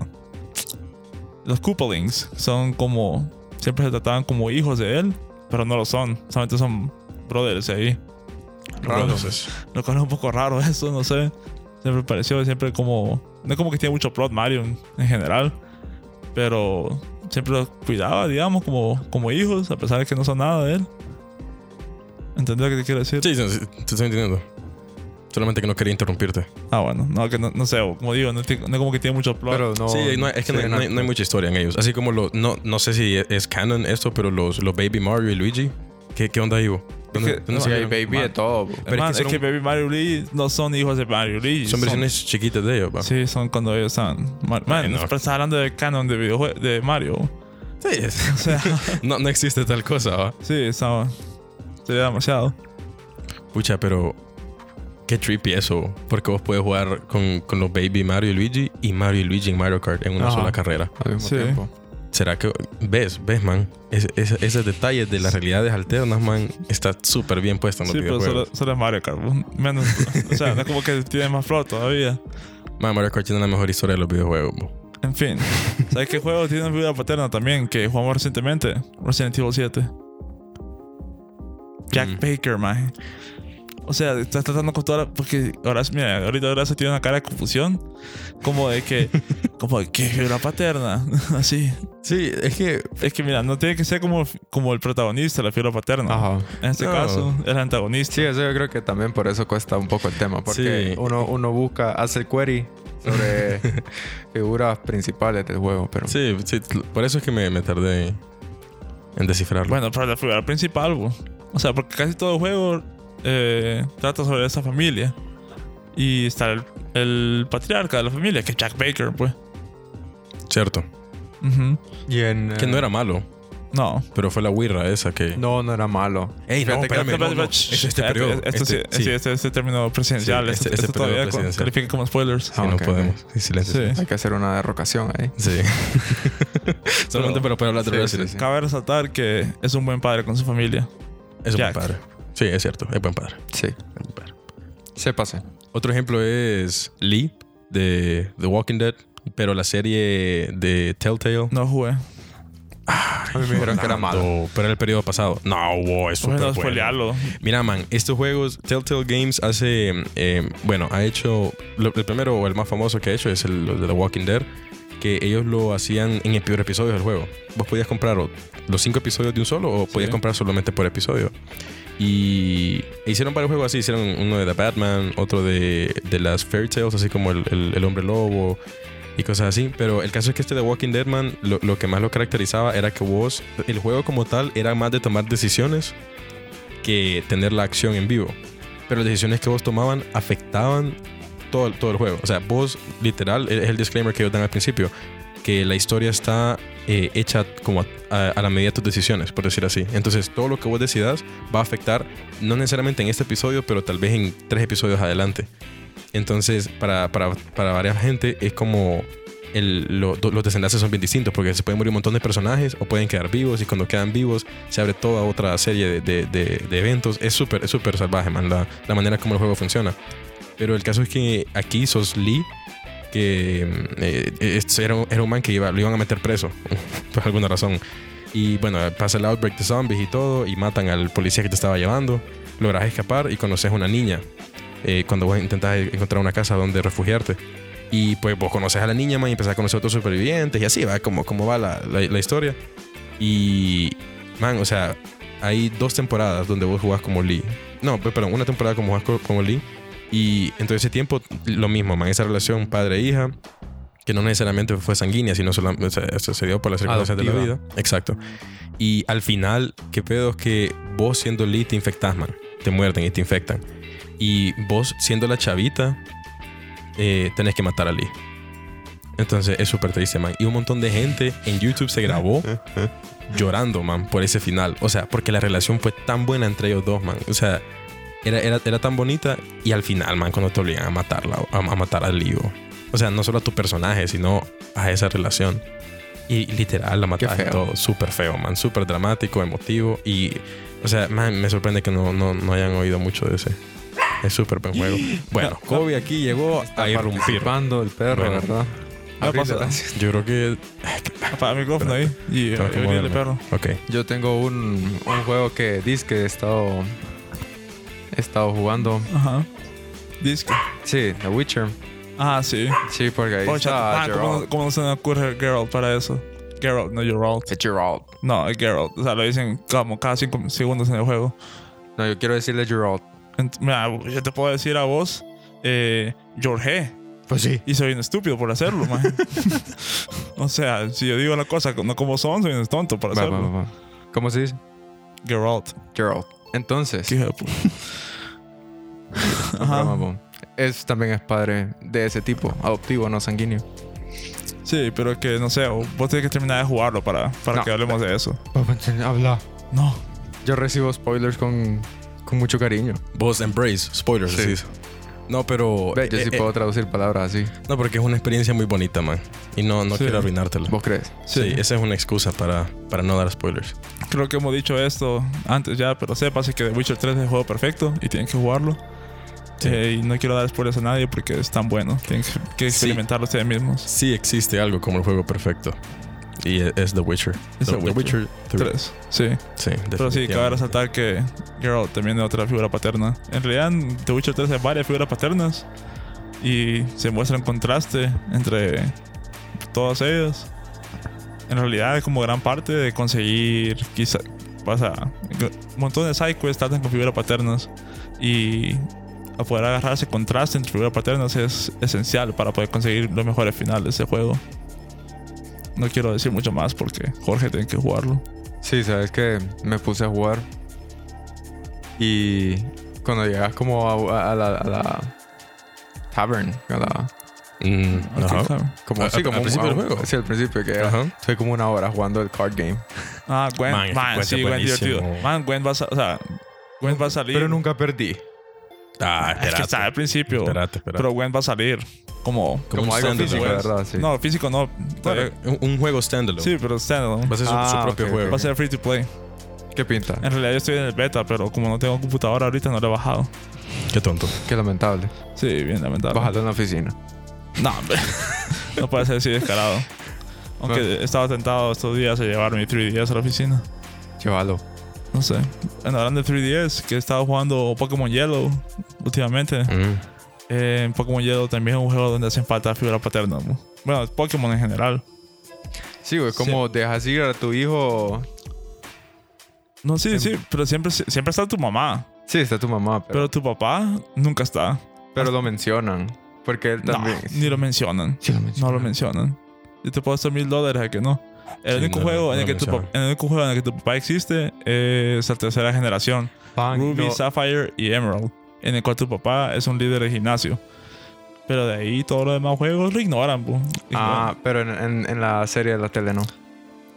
[SPEAKER 2] Los Koopalings son como. Siempre se trataban como hijos de él, pero no lo son. Solamente son brothers ahí. Raro.
[SPEAKER 1] Entonces,
[SPEAKER 2] Lo cual es un poco raro eso, no sé. Siempre me pareció, siempre como... No es como que tiene mucho plot Mario en, en general. Pero siempre los cuidaba, digamos, como, como hijos, a pesar de que no son nada de él. ¿Entendés lo que te quiero decir?
[SPEAKER 1] sí, sí, sí, te estoy entendiendo. Solamente que no quería interrumpirte.
[SPEAKER 2] Ah, bueno. No, que no, no sé, como digo, no, ti- no es como que tiene mucho plot.
[SPEAKER 3] Pero no.
[SPEAKER 1] sí, no, es que no,
[SPEAKER 3] sí,
[SPEAKER 1] no hay, no hay mucha historia en ellos. Así como los. No, no sé si es, es canon esto, pero los, los Baby Mario y Luigi. ¿Qué, qué onda, Ivo? ¿Dónde-
[SPEAKER 2] que- eh,
[SPEAKER 1] dónde
[SPEAKER 3] No, sí, hay
[SPEAKER 1] salieron?
[SPEAKER 3] baby de todo. bro.
[SPEAKER 1] pero es
[SPEAKER 2] Man,
[SPEAKER 1] que
[SPEAKER 2] es,
[SPEAKER 1] son-
[SPEAKER 2] que Baby Mario y Luigi no son hijos de Mario y Luigi.
[SPEAKER 1] Son versiones chiquitas de ellos, va.
[SPEAKER 2] Sí, son cuando ellos están... Man,
[SPEAKER 1] Ay, no.
[SPEAKER 2] no. estás hablando de canon de videojue- de Mario.
[SPEAKER 1] Sí, es-
[SPEAKER 2] O sea,
[SPEAKER 1] no, no existe tal cosa, va.
[SPEAKER 2] sí, está... Sería demasiado.
[SPEAKER 1] Pucha, pero. Qué trippy eso. Porque vos puedes jugar con, con los Baby Mario y Luigi y Mario y Luigi en Mario Kart en una
[SPEAKER 3] Ajá.
[SPEAKER 1] sola carrera.
[SPEAKER 3] Al mismo
[SPEAKER 2] Sí.
[SPEAKER 3] tiempo.
[SPEAKER 1] ¿Será que ves, ves, man? Es- es- esos detalles de las realidades alternas, man, está súper bien puesto en los
[SPEAKER 2] Sí, pero
[SPEAKER 1] videojuegos.
[SPEAKER 2] solo, solo es Mario Kart. Menos, o sea, no es como que tiene más flow todavía.
[SPEAKER 1] Man, Mario Kart tiene la mejor historia de los videojuegos. bo.
[SPEAKER 2] En fin. ¿Sabes qué juego tiene una figura paterna también que jugamos recientemente? Resident Evil 7. Jack
[SPEAKER 1] Mm.
[SPEAKER 2] Baker, man. O sea, estás tratando con toda la... Porque ahora, mira, ahorita ahora se tiene una cara de confusión. Como de que... como de que figura paterna. Así.
[SPEAKER 1] Sí, es que
[SPEAKER 2] Es que mira, no tiene que ser como, como el protagonista la figura paterna.
[SPEAKER 3] Ajá.
[SPEAKER 2] En este
[SPEAKER 1] No.
[SPEAKER 2] caso, el antagonista.
[SPEAKER 3] Sí, eso yo creo que también por eso cuesta un poco el tema. Porque
[SPEAKER 1] Sí.
[SPEAKER 3] uno, uno busca, hace el query sobre figuras principales del juego. Pero
[SPEAKER 1] Sí, sí, por eso es que me, me tardé en descifrarlo.
[SPEAKER 2] Bueno, pero la figura principal, bo. o sea, porque casi todo juego eh, trata sobre esa familia. Y está el, el patriarca de la familia, que es Jack Baker, pues.
[SPEAKER 1] Cierto.
[SPEAKER 2] Ujú.
[SPEAKER 3] y en, eh,
[SPEAKER 1] Que no era malo,
[SPEAKER 2] No.
[SPEAKER 1] pero fue la wirra esa que.
[SPEAKER 3] No, no era malo.
[SPEAKER 1] Ey,
[SPEAKER 3] Fíjate que-
[SPEAKER 1] espérame, no, no.
[SPEAKER 2] Shh,
[SPEAKER 1] Es este
[SPEAKER 2] espérate,
[SPEAKER 1] periodo.
[SPEAKER 2] Esto sí,
[SPEAKER 1] Este-
[SPEAKER 2] sí,
[SPEAKER 1] sí.
[SPEAKER 2] este, este término presidencial.
[SPEAKER 1] Sí, este-
[SPEAKER 2] esto
[SPEAKER 1] este
[SPEAKER 2] esto
[SPEAKER 1] periodo
[SPEAKER 2] todavía cu-
[SPEAKER 1] presidencial.
[SPEAKER 2] califica como spoilers.
[SPEAKER 1] Sí,
[SPEAKER 3] Ah,
[SPEAKER 1] no
[SPEAKER 3] ok,
[SPEAKER 1] podemos. Sí, silencio.
[SPEAKER 2] Sí.
[SPEAKER 1] Sí.
[SPEAKER 3] Hay que hacer una derrocación ahí.
[SPEAKER 1] Solamente para poder hablar de
[SPEAKER 3] Sí,
[SPEAKER 1] Resident.
[SPEAKER 3] sí, sí.
[SPEAKER 2] Cabe resaltar que es un buen padre con su familia.
[SPEAKER 1] Es un buen
[SPEAKER 2] Jack.
[SPEAKER 1] padre. Sí, es cierto. Es buen padre.
[SPEAKER 3] Sí.
[SPEAKER 1] es buen padre.
[SPEAKER 3] Se pase.
[SPEAKER 1] Otro ejemplo es Lee de The Walking Dead, pero la serie de Telltale.
[SPEAKER 2] No jugué.
[SPEAKER 3] A mí me dijeron que era malo.
[SPEAKER 1] Orlando, Pero en el periodo pasado. No, wow, es súper
[SPEAKER 2] Bueno,
[SPEAKER 1] bueno.
[SPEAKER 2] spoilearlo.
[SPEAKER 1] Mira, man, estos juegos, Telltale Games hace. eh, bueno, ha hecho. lo- el primero o el más famoso que ha hecho es el de The Walking Dead, que ellos lo hacían en epi- por episodios del juego. Vos podías comprar o- los cinco episodios de un solo o podías
[SPEAKER 2] Sí.
[SPEAKER 1] comprar solamente por episodio. Y e hicieron varios juegos así. Hicieron uno de The Batman, otro de, de las Fairy Tales, así como el, el- el Hombre Lobo y cosas así. Pero el caso es que este de Walking Dead, man, lo, lo que más lo caracterizaba era que vos, el juego como tal, era más de tomar decisiones que tener la acción en vivo. Pero las decisiones que vos tomaban afectaban todo, el- todo el juego. O sea, vos, literal, e-, es el disclaimer que ellos dan al principio, que la historia está eh, hecha como a, a- a la medida de tus decisiones, por decir así. Entonces, todo lo que vos decidas va a afectar, no necesariamente en este episodio, pero tal vez en tres episodios adelante. Entonces, para, para, para varias gente es como... el- lo- do- los desenlaces son bien distintos porque se pueden morir un montón de personajes o pueden quedar vivos y cuando quedan vivos se abre toda otra serie de, de- de- de eventos. Es súper es súper salvaje, man, la, la manera como el juego funciona. Pero el caso es que aquí sos Lee, que mm, eh, es- era, un- era un man que iba, lo iban a meter preso, por alguna razón. Y bueno, pasa el outbreak de zombies y todo, y matan al policía que te estaba llevando. Logras escapar y conoces a una niña eh, cuando vos intentás encontrar una casa donde refugiarte. Y pues vos conoces a la niña, man, y empezás a conocer a otros supervivientes y así va, como, como va la, la- la historia. Y, man, o sea, hay dos temporadas donde vos jugás como Lee. No, pe- perdón, una temporada como jugás co- como Lee. Y en todo ese tiempo, lo mismo, man, esa relación padre-hija, que no necesariamente fue sanguínea, sino solamente se dio por las circunstancias de la
[SPEAKER 3] Adoptiva.
[SPEAKER 1] vida. Exacto. Y al final, qué pedo es que vos siendo Lee te infectas, man. Te muerden y te infectan. Y vos, siendo la chavita, eh, tenés que matar a Lee. Entonces es súper triste, man. Y un montón de gente en YouTube se grabó llorando, man, por ese final. O sea, porque la relación fue tan buena entre ellos dos, man. O sea, era, era, era tan bonita y al final, man, cuando te obligan a matarla, a, a matar al lío. O sea, no solo a tu personaje, sino a esa relación. Y literal, la
[SPEAKER 3] Qué
[SPEAKER 1] matas y
[SPEAKER 3] feo.
[SPEAKER 1] todo. Súper feo, man. Súper dramático, emotivo. Y, o sea, man, me sorprende que no, no, no hayan oído mucho de ese. Es súper buen juego. Bueno, Kobe aquí llegó a irrumpir.
[SPEAKER 3] participando el perro,
[SPEAKER 1] Bueno.
[SPEAKER 3] ¿verdad?
[SPEAKER 2] Ah,
[SPEAKER 3] Abril
[SPEAKER 2] pasa.
[SPEAKER 3] Velázquez.
[SPEAKER 1] Yo creo que.
[SPEAKER 2] Apaga el Ah, micrófono ahí y
[SPEAKER 1] Tengo que
[SPEAKER 2] abrirle
[SPEAKER 1] moverme.
[SPEAKER 2] el perro.
[SPEAKER 1] Ok.
[SPEAKER 3] Yo tengo un, un juego que dice que he estado, he estado jugando.
[SPEAKER 2] Ajá. Disco.
[SPEAKER 3] Sí, The Witcher.
[SPEAKER 2] Ah, sí.
[SPEAKER 3] Sí, porque ahí
[SPEAKER 2] Oh,
[SPEAKER 3] está
[SPEAKER 2] chat, ah, ¿cómo,
[SPEAKER 3] Geralt.
[SPEAKER 2] no- cómo no se me ocurre Geralt para eso? Geralt, no Geralt.
[SPEAKER 3] Es Geralt.
[SPEAKER 2] No, es Geralt. O sea, lo dicen como cada cinco segundos en el juego.
[SPEAKER 3] No, yo quiero decirle Geralt.
[SPEAKER 2] Ent- mira, yo te puedo decir a vos, eh, Jorge.
[SPEAKER 3] Pues sí.
[SPEAKER 2] Y soy un estúpido por hacerlo, man. o sea, si yo digo la cosa no como son, soy un tonto por
[SPEAKER 3] Va, va,
[SPEAKER 2] hacerlo.
[SPEAKER 3] va, va. ¿Cómo se dice?
[SPEAKER 2] Geralt.
[SPEAKER 3] Geralt. Entonces,
[SPEAKER 2] Qué hijo de puta.
[SPEAKER 3] broma,
[SPEAKER 2] Ajá.
[SPEAKER 3] po. es, también es padre de ese tipo, adoptivo, no sanguíneo.
[SPEAKER 2] Sí, pero que no sé, vos tenés que terminar de jugarlo para, para
[SPEAKER 3] No.
[SPEAKER 2] que hablemos de eso.
[SPEAKER 3] Habla.
[SPEAKER 2] No.
[SPEAKER 3] Yo recibo spoilers con, con mucho cariño.
[SPEAKER 1] Vos Embrace, spoilers,
[SPEAKER 3] Sí.
[SPEAKER 1] decís. No, pero.
[SPEAKER 3] Ve, yo
[SPEAKER 1] eh,
[SPEAKER 3] sí
[SPEAKER 1] eh,
[SPEAKER 3] puedo traducir palabras así.
[SPEAKER 1] No, porque es una experiencia muy bonita, man. Y no, no
[SPEAKER 2] Sí.
[SPEAKER 1] quiero arruinártela.
[SPEAKER 3] ¿Vos crees?
[SPEAKER 1] Sí, esa es una excusa para, para no dar spoilers.
[SPEAKER 2] Creo que hemos dicho esto antes ya, pero sepas que The Witcher 3 es el juego perfecto y tienen que jugarlo.
[SPEAKER 1] Sí.
[SPEAKER 2] Eh, y no quiero dar spoilers a nadie porque es tan bueno. Tienen que, que
[SPEAKER 1] Sí.
[SPEAKER 2] experimentarlo ustedes mismos.
[SPEAKER 1] Sí existe algo como el juego perfecto. Y e- es The Witcher.
[SPEAKER 2] Es
[SPEAKER 1] The,
[SPEAKER 2] The
[SPEAKER 1] The Witcher. three.
[SPEAKER 2] 3. Sí.
[SPEAKER 1] Sí,
[SPEAKER 2] Pero sí, cabe
[SPEAKER 1] definitivamente.
[SPEAKER 2] resaltar que Geralt también es otra figura paterna. En realidad, en The Witcher 3 hay varias figuras paternas y se muestra un contraste entre todos ellos. En realidad, como gran parte de conseguir, quizá, pasa un montón de sidequests tratan con figuras paternas y a poder agarrar ese contraste entre figuras paternas es esencial para poder conseguir los mejores finales de juego. No quiero decir mucho más porque Jorge tiene que jugarlo.
[SPEAKER 3] Sí, sabes que me puse a jugar. Y cuando llegas como a, a la, a la tavern, a la,
[SPEAKER 1] Mm, ajá.
[SPEAKER 2] Ajá.
[SPEAKER 3] como,
[SPEAKER 1] A-
[SPEAKER 3] sí,
[SPEAKER 1] a-
[SPEAKER 3] como
[SPEAKER 1] al
[SPEAKER 3] un-
[SPEAKER 1] principio del
[SPEAKER 3] a-
[SPEAKER 1] juego.
[SPEAKER 3] Sí, al principio, que era-
[SPEAKER 1] Ajá.
[SPEAKER 3] soy como una hora jugando el card game.
[SPEAKER 2] Ah, Gwen.
[SPEAKER 1] Man,
[SPEAKER 2] Man,
[SPEAKER 1] este cuento
[SPEAKER 2] sí,
[SPEAKER 1] es
[SPEAKER 2] Gwen
[SPEAKER 1] buenísimo.
[SPEAKER 2] divertido. Man, Gwen va a, sa- o sea, Gwen va a salir.
[SPEAKER 3] Pero nunca perdí.
[SPEAKER 1] Ah,
[SPEAKER 2] es que
[SPEAKER 1] espérate.
[SPEAKER 2] está al principio.
[SPEAKER 1] Espérate, espérate.
[SPEAKER 2] Pero Gwen va a salir como.
[SPEAKER 1] como,
[SPEAKER 3] Como
[SPEAKER 1] un pues.
[SPEAKER 3] algo
[SPEAKER 1] standalone.
[SPEAKER 3] físico, de verdad, sí.
[SPEAKER 2] No, físico no.
[SPEAKER 1] Claro, un, un juego standalone.
[SPEAKER 2] Sí, pero standalone.
[SPEAKER 1] Va a ser su,
[SPEAKER 3] Ah,
[SPEAKER 1] su propio
[SPEAKER 3] ok,
[SPEAKER 1] juego.
[SPEAKER 2] Va a ser free to play.
[SPEAKER 3] ¿Qué pinta?
[SPEAKER 2] En realidad yo estoy en el beta, pero como no tengo computadora ahorita no lo he bajado.
[SPEAKER 1] Qué tonto.
[SPEAKER 3] Qué lamentable.
[SPEAKER 2] Sí, bien lamentable.
[SPEAKER 3] Bájalo en la oficina.
[SPEAKER 2] No, hombre. no puede ser así descarado. Aunque
[SPEAKER 3] No.
[SPEAKER 2] he estado tentado estos días a llevar mi 3DS a la oficina.
[SPEAKER 3] Llévalo.
[SPEAKER 2] No sé. En hablando de 3DS, que he estado jugando Pokémon Yellow últimamente.
[SPEAKER 1] Mm.
[SPEAKER 2] Eh, Pokémon Yellow también es un juego donde hacen falta figuras paternas. ¿no? Bueno, Pokémon en general.
[SPEAKER 3] Sí, güey, como dejas ir a tu hijo.
[SPEAKER 2] No, sí,
[SPEAKER 3] Em-
[SPEAKER 2] sí, pero siempre, siempre está tu mamá.
[SPEAKER 3] Sí, está tu mamá,
[SPEAKER 2] Pero
[SPEAKER 3] pero,
[SPEAKER 2] tu papá nunca está.
[SPEAKER 3] pero, lo mencionan. Porque él
[SPEAKER 2] No,
[SPEAKER 3] también.
[SPEAKER 2] ni lo mencionan.
[SPEAKER 3] Sí, lo
[SPEAKER 2] No
[SPEAKER 3] mencionan.
[SPEAKER 2] lo mencionan. Yo te puedo hacer mil dólares a que no. El,
[SPEAKER 1] Sí,
[SPEAKER 2] único
[SPEAKER 1] no lo-
[SPEAKER 2] juego
[SPEAKER 1] no
[SPEAKER 2] en el
[SPEAKER 1] lo
[SPEAKER 2] que tu
[SPEAKER 1] mencionan.
[SPEAKER 2] pap- el único juego en el que tu papá existe es la tercera generación.
[SPEAKER 3] Pan,
[SPEAKER 2] Ruby,
[SPEAKER 3] Ah, no.
[SPEAKER 2] Sapphire y Emerald, en el cual tu papá es un líder de gimnasio. Pero de ahí todos los demás juegos lo ignoran. bu.
[SPEAKER 3] Ah, pero en, en- en la serie de la tele no.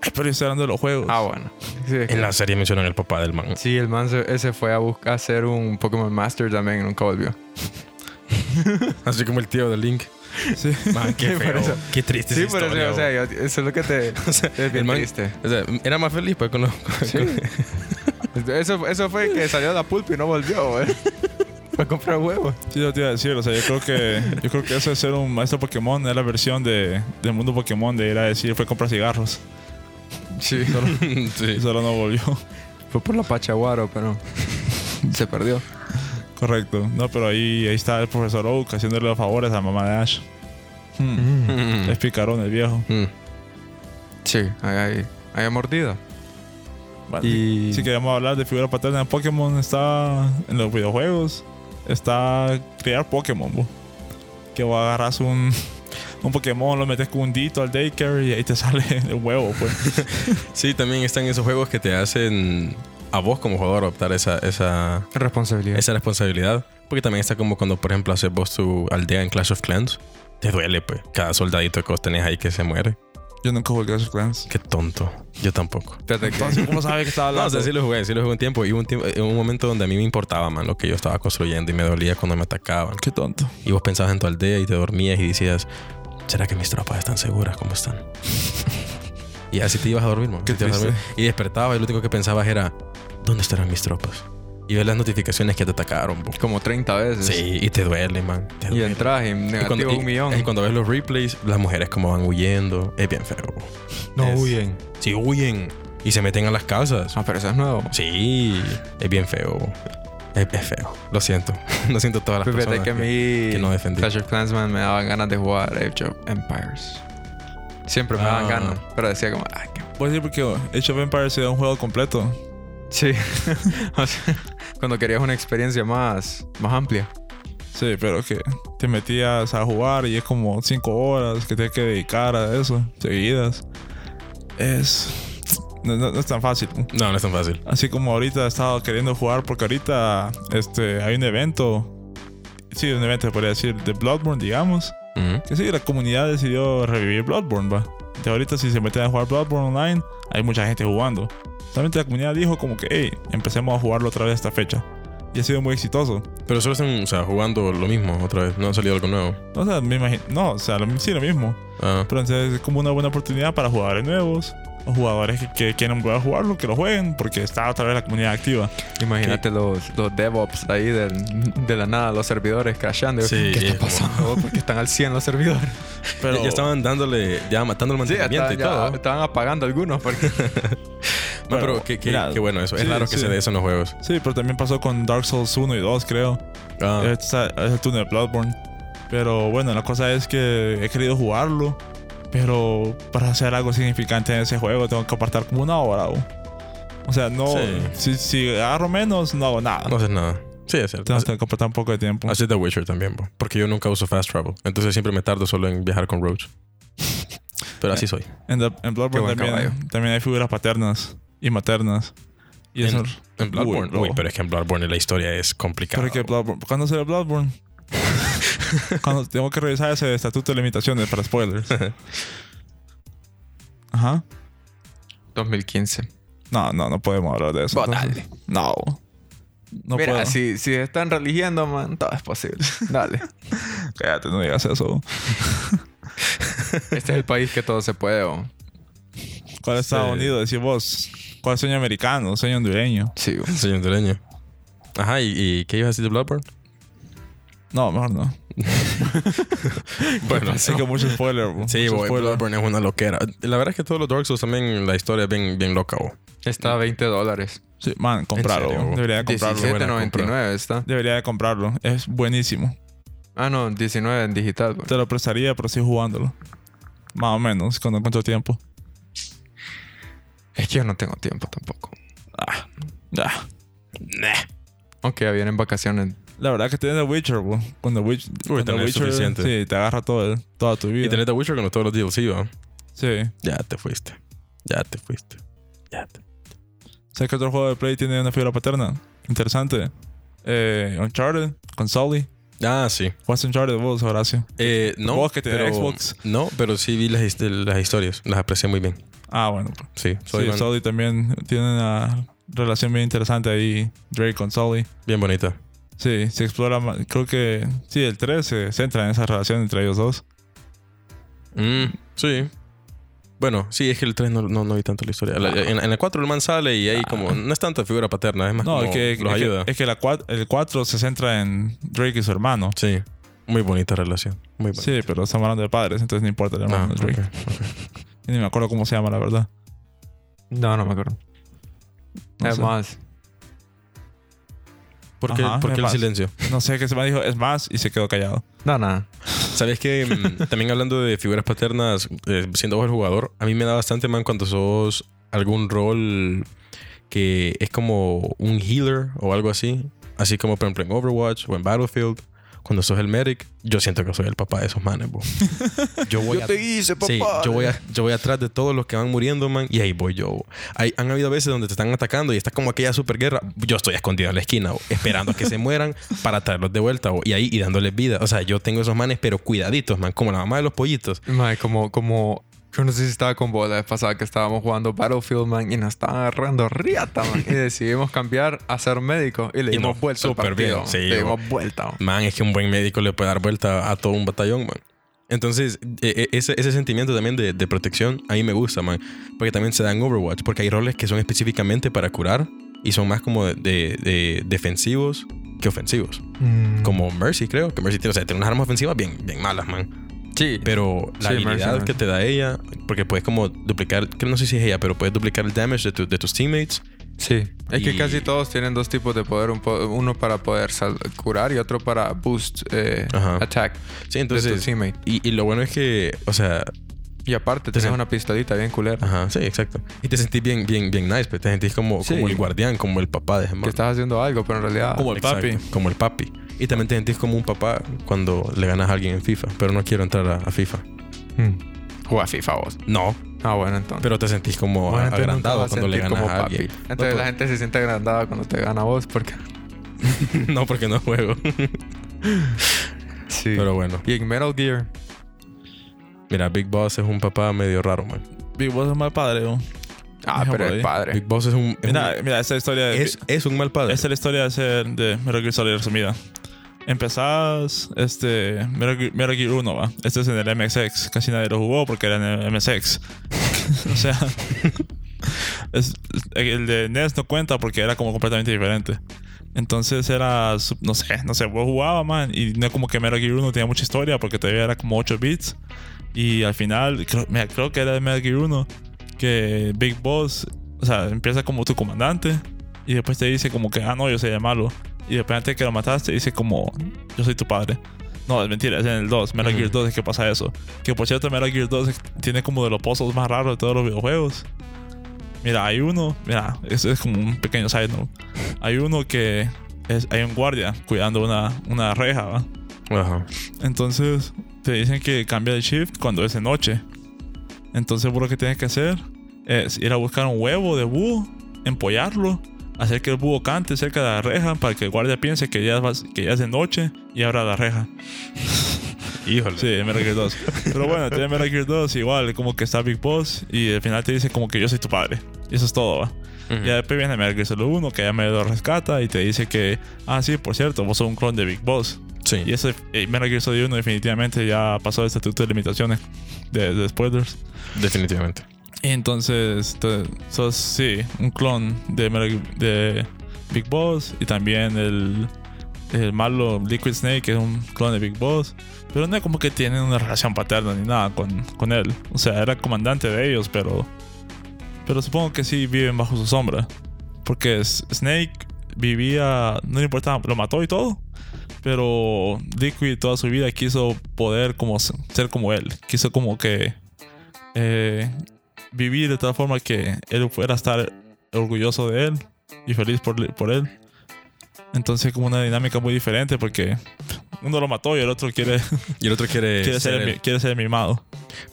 [SPEAKER 2] Ay, pero yo estoy hablando de los juegos.
[SPEAKER 3] Ah, bueno. Sí,
[SPEAKER 1] En la serie mencionan el papá del man.
[SPEAKER 3] sí, el man se, ese fue a buscar hacer un Pokémon Master también en un volvió.
[SPEAKER 1] Así como el tío de Link.
[SPEAKER 2] Sí.
[SPEAKER 1] Man, qué
[SPEAKER 3] Sí, por
[SPEAKER 1] feo.
[SPEAKER 3] eso.
[SPEAKER 1] Qué triste
[SPEAKER 3] Sí,
[SPEAKER 1] esa
[SPEAKER 3] pero sí,
[SPEAKER 1] historia,
[SPEAKER 3] o sea, yo- eso es lo que te.
[SPEAKER 1] o sea,
[SPEAKER 3] Es bien
[SPEAKER 1] el man-
[SPEAKER 3] triste.
[SPEAKER 1] o sea, era más feliz pues con los- con-
[SPEAKER 3] Sí. Eso, eso fue que salió de la pulpa y no volvió, güey. Fue a comprar huevos.
[SPEAKER 2] Sí, yo te iba a decir, o sea, yo creo que yo creo que eso de ser un maestro Pokémon es la versión de, del mundo Pokémon de ir a decir fue a comprar cigarros
[SPEAKER 3] Sí.
[SPEAKER 2] y
[SPEAKER 1] Sí.
[SPEAKER 2] solo no volvió.
[SPEAKER 3] Fue por la Pachaguaro, pero se perdió.
[SPEAKER 2] Correcto. No, pero ahí, ahí está el profesor Oak haciéndole los favores a mamá de Ash. Hmm. Es picarón el viejo.
[SPEAKER 1] Mm.
[SPEAKER 3] Sí, ahí hay, hay mordida.
[SPEAKER 2] Bueno,
[SPEAKER 3] Y
[SPEAKER 2] Si queremos hablar de figura paterna en Pokémon, está en los videojuegos. Está crear Pokémon, bu. Que vos agarras un, un Pokémon, lo metes con un dito al daycare y ahí te sale el huevo, pues.
[SPEAKER 1] Sí, también están esos juegos que te hacen a vos como jugador adoptar esa, esa,
[SPEAKER 3] responsabilidad.
[SPEAKER 1] esa responsabilidad. Porque también está como cuando, por ejemplo, haces vos tu aldea en Clash of Clans. Te duele, pues. Cada soldadito que vos tenés ahí que se muere.
[SPEAKER 2] Yo nunca jugué Clash of Clans.
[SPEAKER 1] Qué tonto. Yo tampoco.
[SPEAKER 3] Fíjate que-
[SPEAKER 2] Entonces, ¿cómo sabes que estaba
[SPEAKER 1] No, o
[SPEAKER 2] hablando?
[SPEAKER 1] sea, sí lo jugué, sí lo jugué un tiempo. Y hubo un, tiempo- hubo un momento donde a mí me importaba, man, lo que yo estaba construyendo y me dolía cuando me atacaban.
[SPEAKER 2] Qué tonto.
[SPEAKER 1] Y vos pensabas en tu aldea y te dormías y decías, ¿será que mis tropas están seguras? ¿Cómo están? y así te ibas a dormir, man.
[SPEAKER 2] Qué
[SPEAKER 1] Te ibas a dormir.
[SPEAKER 2] triste.
[SPEAKER 1] Y despertabas y lo único que pensabas era, ¿dónde estarán mis tropas? Y ves las notificaciones que te atacaron, bo.
[SPEAKER 3] como 30 veces.
[SPEAKER 1] Sí, y te duele, man. Te
[SPEAKER 3] Y
[SPEAKER 1] duele.
[SPEAKER 3] entras y
[SPEAKER 1] Y
[SPEAKER 3] negativo
[SPEAKER 1] cuando, y-
[SPEAKER 3] un millón.
[SPEAKER 1] y cuando ves los replays, las mujeres como van huyendo. Es bien feo. bo. Es-
[SPEAKER 3] huyen.
[SPEAKER 1] Sí, huyen. Y se meten a las casas.
[SPEAKER 3] Ah, pero eso es nuevo.
[SPEAKER 1] Sí, es bien feo. Es, es feo. Lo siento. Lo siento a todas las
[SPEAKER 3] Fíjate
[SPEAKER 1] personas.
[SPEAKER 3] que a
[SPEAKER 1] que-
[SPEAKER 3] mí
[SPEAKER 1] que no defendí.
[SPEAKER 3] Clash of Clans man, me daban ganas de jugar Age of Empires. Siempre me daban
[SPEAKER 1] Ah.
[SPEAKER 3] ganas, pero decía como, ay, qué...
[SPEAKER 2] Voy a decir porque Age of Empires era un juego completo.
[SPEAKER 3] Sí. O sea, cuando querías una experiencia más, más amplia.
[SPEAKER 2] Sí, pero que te metías a jugar y es como 5 horas que tienes que dedicar a eso, seguidas. Es. No, no- no es tan fácil.
[SPEAKER 1] No, no es tan fácil.
[SPEAKER 2] Así como ahorita he estado queriendo jugar porque ahorita este, hay un evento. Sí, un evento, se podría decir, de Bloodborne, digamos.
[SPEAKER 1] Ujú.
[SPEAKER 2] Que sí, la comunidad decidió revivir Bloodborne, va. De ahorita si se meten a jugar Bloodborne online, hay mucha gente jugando. Solamente la comunidad dijo como que, hey, empecemos a jugarlo otra vez esta fecha. Y ha sido muy exitoso.
[SPEAKER 1] Pero solo están o sea, jugando lo mismo otra vez. No ha salido algo nuevo.
[SPEAKER 2] O sea, me imagino... No, o sea, lo- sí, lo mismo.
[SPEAKER 1] Ah,
[SPEAKER 2] Pero entonces es como una buena oportunidad para jugadores nuevos. O jugadores que, que quieran volver a jugarlo, que lo jueguen, porque está otra vez la comunidad activa.
[SPEAKER 3] Imagínate los, los DevOps de ahí del- de la nada, los servidores crashando.
[SPEAKER 1] Sí,
[SPEAKER 3] ¿Qué
[SPEAKER 1] es
[SPEAKER 3] está
[SPEAKER 1] como-
[SPEAKER 3] pasando? Porque están al 100 los servidores.
[SPEAKER 2] Pero
[SPEAKER 1] ya, ya estaban dándole, ya matando el
[SPEAKER 3] Sí, ya
[SPEAKER 1] mantenimiento
[SPEAKER 3] estaban,
[SPEAKER 1] y todo.
[SPEAKER 3] ya estaban apagando algunos. Porque...
[SPEAKER 1] No,
[SPEAKER 2] bueno,
[SPEAKER 1] pero qué, qué-
[SPEAKER 2] mira,
[SPEAKER 1] qué bueno eso. Es
[SPEAKER 2] sí,
[SPEAKER 1] raro que
[SPEAKER 2] sí.
[SPEAKER 1] se dé eso en los juegos.
[SPEAKER 2] Sí, pero también pasó con Dark Souls 1 y 2, creo.
[SPEAKER 1] Ah,
[SPEAKER 2] Esta- Es el turno de Bloodborne. Pero bueno, la cosa es que he querido jugarlo. Pero para hacer algo significante en ese juego tengo que apartar como una hora. O, o sea, no. Si, si agarro menos, no hago nada.
[SPEAKER 1] no haces nada. Sí, es cierto.
[SPEAKER 2] Tengo que apartar un poco de tiempo.
[SPEAKER 1] Así es The Witcher también, bo. porque yo nunca uso fast travel. Entonces siempre me tardo solo en viajar con Roach. Pero así soy.
[SPEAKER 2] En, the- en
[SPEAKER 3] Qué
[SPEAKER 2] Bloodborne
[SPEAKER 3] buen
[SPEAKER 2] también,
[SPEAKER 3] caballo.
[SPEAKER 2] también hay figuras paternas y maternas. Y eso.
[SPEAKER 1] En Bloodborne.
[SPEAKER 2] Uy,
[SPEAKER 1] Uy, pero es que en Bloodborne la historia es complicada.
[SPEAKER 2] oh. Pero que
[SPEAKER 1] bo.
[SPEAKER 2] Bloodborne. ¿Cuándo será Bloodborne? Cuando tengo que revisar ese estatuto de limitaciones para spoilers. Ajá.
[SPEAKER 3] 2015.
[SPEAKER 2] No, no, no podemos hablar de eso.
[SPEAKER 3] Bueno,
[SPEAKER 2] entonces.
[SPEAKER 3] dale.
[SPEAKER 2] No. No
[SPEAKER 3] Mira,
[SPEAKER 2] puedo.
[SPEAKER 3] si, si están religiendo, man, todo es posible. Dale.
[SPEAKER 2] Cállate, no digas eso.
[SPEAKER 3] Este es el país que todo se puede. o-
[SPEAKER 2] ¿Cuál es Estados
[SPEAKER 1] Sí.
[SPEAKER 2] Unidos? Decís vos. ¿Cuál es sueño americano? Sueño hondureño.
[SPEAKER 3] Sí, o-
[SPEAKER 1] Soy hondureño. Ajá, ¿y, y qué ibas a decir de Bloodborne?
[SPEAKER 2] No, mejor no.
[SPEAKER 1] Bueno,
[SPEAKER 2] Así
[SPEAKER 1] sí,
[SPEAKER 2] que mucho spoiler. bo.
[SPEAKER 1] sí
[SPEAKER 2] Mucho
[SPEAKER 1] bo,
[SPEAKER 2] spoiler.
[SPEAKER 1] Bloodborne es una loquera. La verdad es que todos los Dark Souls también la historia es bien, bien loca. bo.
[SPEAKER 3] Está a 20 dólares.
[SPEAKER 2] Sí, man, comprarlo.
[SPEAKER 1] serio, bo?
[SPEAKER 2] Debería de comprarlo.
[SPEAKER 1] Dieciséis. buena
[SPEAKER 3] 17.99 está.
[SPEAKER 2] Debería de comprarlo. Es buenísimo.
[SPEAKER 3] Ah, no, 19 en digital. pues. güey.
[SPEAKER 2] Te lo prestaría, pero sí jugándolo. Más o menos, cuando encuentro tiempo.
[SPEAKER 3] Es que yo no tengo tiempo tampoco.
[SPEAKER 2] Ah. Ah.
[SPEAKER 3] Aunque ya vienen vacaciones.
[SPEAKER 2] La verdad que tiene The Witcher, bo. Con The, Witch- con The
[SPEAKER 1] tenés
[SPEAKER 2] Witcher.
[SPEAKER 1] suficiente.
[SPEAKER 2] Sí, te agarra todo el- toda tu vida.
[SPEAKER 1] Y tenés The Witcher con todos los DLC, ¿va?
[SPEAKER 2] Sí.
[SPEAKER 1] Ya te fuiste. Ya te fuiste. Ya te...
[SPEAKER 2] ¿Sabes qué otro juego de Play tiene una figura paterna? Interesante. Eh, Uncharted, con Sully.
[SPEAKER 1] Ah, sí.
[SPEAKER 2] ¿Jugaste Uncharted vos, Horacio?
[SPEAKER 1] Eh, no,
[SPEAKER 2] Vos que tenés
[SPEAKER 1] pero,
[SPEAKER 2] Xbox.
[SPEAKER 1] No, pero sí vi las, hist- las historias. Las aprecié muy bien.
[SPEAKER 2] Ah, bueno. pues.
[SPEAKER 1] Sí, soy
[SPEAKER 2] sí,
[SPEAKER 1] man-
[SPEAKER 2] Sully también tiene una relación bien interesante ahí, Drake con Sully.
[SPEAKER 1] bien bonita.
[SPEAKER 2] Sí, se explora más. Creo que. Sí, el 3 se centra en esa relación entre ellos dos.
[SPEAKER 1] Mm, sí. Bueno, sí, es que el 3 no, no, no vi tanto la historia. La- en, en el 4 el man sale y ahí como... No es tanta figura paterna, es más
[SPEAKER 2] No,
[SPEAKER 1] como
[SPEAKER 2] es que, es
[SPEAKER 1] los
[SPEAKER 2] que-
[SPEAKER 1] ayuda.
[SPEAKER 2] es que la cua- el 4 se centra en Drake y su hermano.
[SPEAKER 1] Sí. Muy bonita relación. Muy bonita.
[SPEAKER 2] Sí, pero estamos hablando de padres, entonces no importa el hermano
[SPEAKER 1] Ah,
[SPEAKER 2] de Drake.
[SPEAKER 1] ok.
[SPEAKER 2] Y Ni me acuerdo cómo se llama, la verdad.
[SPEAKER 3] No, no me acuerdo.
[SPEAKER 2] No
[SPEAKER 3] es
[SPEAKER 2] sé.
[SPEAKER 3] Eh, más.
[SPEAKER 1] ¿Por qué,
[SPEAKER 2] Ajá,
[SPEAKER 1] por qué
[SPEAKER 2] me
[SPEAKER 1] el
[SPEAKER 2] pasa.
[SPEAKER 1] silencio?
[SPEAKER 2] No sé qué se me dijo, es más, y se quedó callado.
[SPEAKER 3] No, nada.
[SPEAKER 1] Sabes que mm, también hablando de figuras paternas, eh, siendo vos el jugador, a mí me da bastante man cuando sos algún rol que es como un healer o algo así. Así como por ejemplo en Overwatch o en Battlefield. cuando sos el medic, yo siento que soy el papá de esos manes, bo. Yo voy a-
[SPEAKER 3] hice,
[SPEAKER 1] Sí, yo voy, a- yo voy atrás de todos los que van muriendo, man, y ahí voy yo. bo. Hay, han habido veces donde te están atacando y está como aquella superguerra. Yo estoy escondido en la esquina, bo, esperando a que se mueran para traerlos de vuelta, bo, y ahí y dándoles vida. O sea, yo tengo esos manes, pero cuidaditos, man, como la mamá de los pollitos.
[SPEAKER 3] Mae, como, como. Yo no sé si estaba con vos la vez pasada que estábamos jugando Battlefield, man, y nos estaban agarrando riata, man. Y decidimos cambiar a ser médico y le
[SPEAKER 1] Y nos
[SPEAKER 3] dimos vuelta. al
[SPEAKER 1] súper
[SPEAKER 3] partido,
[SPEAKER 1] bien,
[SPEAKER 3] man.
[SPEAKER 1] sí,
[SPEAKER 3] Le
[SPEAKER 1] bo.
[SPEAKER 3] dimos vuelta, man.
[SPEAKER 1] Man, es que un buen médico le puede dar vuelta a todo un batallón, man. Entonces, e- e- ese, ese sentimiento también de, de protección a mí me gusta, man. Porque también se da en Overwatch, porque hay roles que son específicamente para curar y son más como de, de- de defensivos que ofensivos.
[SPEAKER 3] Mm.
[SPEAKER 1] Como Mercy, creo, que Mercy tiene, o sea, tiene unas armas ofensivas bien, bien malas, man.
[SPEAKER 3] Sí.
[SPEAKER 1] Pero la
[SPEAKER 3] Sí, Mercy,
[SPEAKER 1] habilidad
[SPEAKER 3] man.
[SPEAKER 1] que te da ella, porque puedes como duplicar, que no sé si es ella, pero puedes duplicar el damage de, tu- de tus teammates.
[SPEAKER 3] Sí. Es que
[SPEAKER 1] Y-
[SPEAKER 3] casi todos tienen dos tipos de poder: un po- uno para poder sal- curar y otro para boost eh,
[SPEAKER 1] Ajá.
[SPEAKER 3] attack
[SPEAKER 1] Sí,
[SPEAKER 3] de tu
[SPEAKER 1] entonces...
[SPEAKER 3] teammate.
[SPEAKER 1] Y, y lo bueno es que, o sea,
[SPEAKER 3] Y aparte,
[SPEAKER 1] Entonces-
[SPEAKER 3] tienes una pistolita bien culera.
[SPEAKER 1] Ajá, sí, exacto. Y te sentís bien, bien, bien nice, pues te sentís como,
[SPEAKER 3] Sí.
[SPEAKER 1] como el guardián, como el papá de ese
[SPEAKER 3] Que
[SPEAKER 1] man.
[SPEAKER 3] estás haciendo algo, pero en realidad.
[SPEAKER 2] Como el
[SPEAKER 1] Exacto,
[SPEAKER 2] papi.
[SPEAKER 1] Como el papi. Y también te sentís como un papá cuando le ganas a alguien en FIFA. Pero no quiero entrar a, a FIFA.
[SPEAKER 3] Hmm. Juega FIFA vos.
[SPEAKER 1] No,
[SPEAKER 3] Ah, bueno, entonces.
[SPEAKER 1] pero te sentís como
[SPEAKER 3] Bueno, entonces nunca
[SPEAKER 1] agrandado
[SPEAKER 3] vas a
[SPEAKER 1] cuando le
[SPEAKER 3] sentir
[SPEAKER 1] ganas
[SPEAKER 3] como
[SPEAKER 1] a
[SPEAKER 3] papi.
[SPEAKER 1] alguien.
[SPEAKER 3] Entonces la gente se siente agrandada cuando te gana a vos porque...
[SPEAKER 1] no, porque no juego.
[SPEAKER 3] Sí.
[SPEAKER 1] pero bueno.
[SPEAKER 3] Y en Metal Gear...
[SPEAKER 1] Mira, Big Boss es un papá medio raro, man.
[SPEAKER 2] Big Boss es mal padre, bro.
[SPEAKER 3] Ah,
[SPEAKER 2] Déjame
[SPEAKER 3] pero
[SPEAKER 2] ahí.
[SPEAKER 3] el padre.
[SPEAKER 1] Big Boss es un... Es,
[SPEAKER 2] Mira,
[SPEAKER 1] un-
[SPEAKER 2] mira, esa historia de-
[SPEAKER 1] es, es un mal padre.
[SPEAKER 2] Esta es la historia de, ser- de Metal Gear Solid resumida. Empezás este, Metal, Gear, Metal Gear 1, va. Este es en el MSX. Casi nadie lo jugó porque era en el MSX. o sea, es- el de NES no cuenta porque era como completamente diferente. Entonces era, su- no sé, no sé, vos jugabas, man. Y no como que Metal Gear 1 tenía mucha historia porque todavía era como 8 bits. Y al final, creo, mira, creo que era de Metal Gear 1 que Big Boss, o sea, empieza como tu comandante. Y después te dice como que, ah, no, yo soy el malo. Y después antes de que lo mataste, dice como, yo soy tu padre. No, es mentira, es en el 2, Metal Gear
[SPEAKER 1] Mm.
[SPEAKER 2] 2 es que pasa eso. Que por cierto, Metal Gear 2 es- tiene como de los puzzles más raros de todos los videojuegos. Mira, hay uno, mira, eso es como un pequeño side note. Hay uno que es- hay un guardia cuidando una, una reja, ¿va?
[SPEAKER 1] Ajá.
[SPEAKER 2] Entonces te dicen que cambia el shift cuando es de noche. Entonces vos lo que tienes que hacer es ir a buscar un huevo de búho, empollarlo, hacer que el búho cante cerca de la reja para que el guardia piense que ya, vas- que ya es de noche y abra la reja.
[SPEAKER 1] Híjole.
[SPEAKER 2] Sí, Metal Gear 2. Pero bueno, tiene Metal Gear 2 igual, como que está Big Boss y al final te dice como que yo soy tu padre. Y eso es todo, ¿va?
[SPEAKER 1] Ujú.
[SPEAKER 2] Ya después viene Metal Gear Solid 1 que ya me lo rescata y te dice que, ah, sí, por cierto, vos sos un clon de Big Boss.
[SPEAKER 1] Sí.
[SPEAKER 2] Y ese eh, Metal Gear Solid 1 definitivamente ya pasó el estatuto de limitaciones de, de spoilers.
[SPEAKER 1] Definitivamente.
[SPEAKER 2] Y entonces, te- sos, sí, un clon de, Metal Gear- de Big Boss y también el, el malo Liquid Snake, que es un clon de Big Boss. Pero no es como que tienen una relación paterna ni nada con, con él. O sea, era comandante de ellos, pero. Pero supongo que sí viven bajo su sombra. Porque S- Snake vivía. No le importaba, lo mató y todo. Pero Liquid toda su vida quiso poder como s- ser como él. Quiso como que. eh, vivir de tal forma que él fuera a estar orgulloso de él y feliz por, por él. Entonces, como una dinámica muy diferente porque uno lo mató y el otro quiere
[SPEAKER 1] Y el otro quiere,
[SPEAKER 2] quiere ser,
[SPEAKER 1] el-
[SPEAKER 2] mi- quiere ser mimado.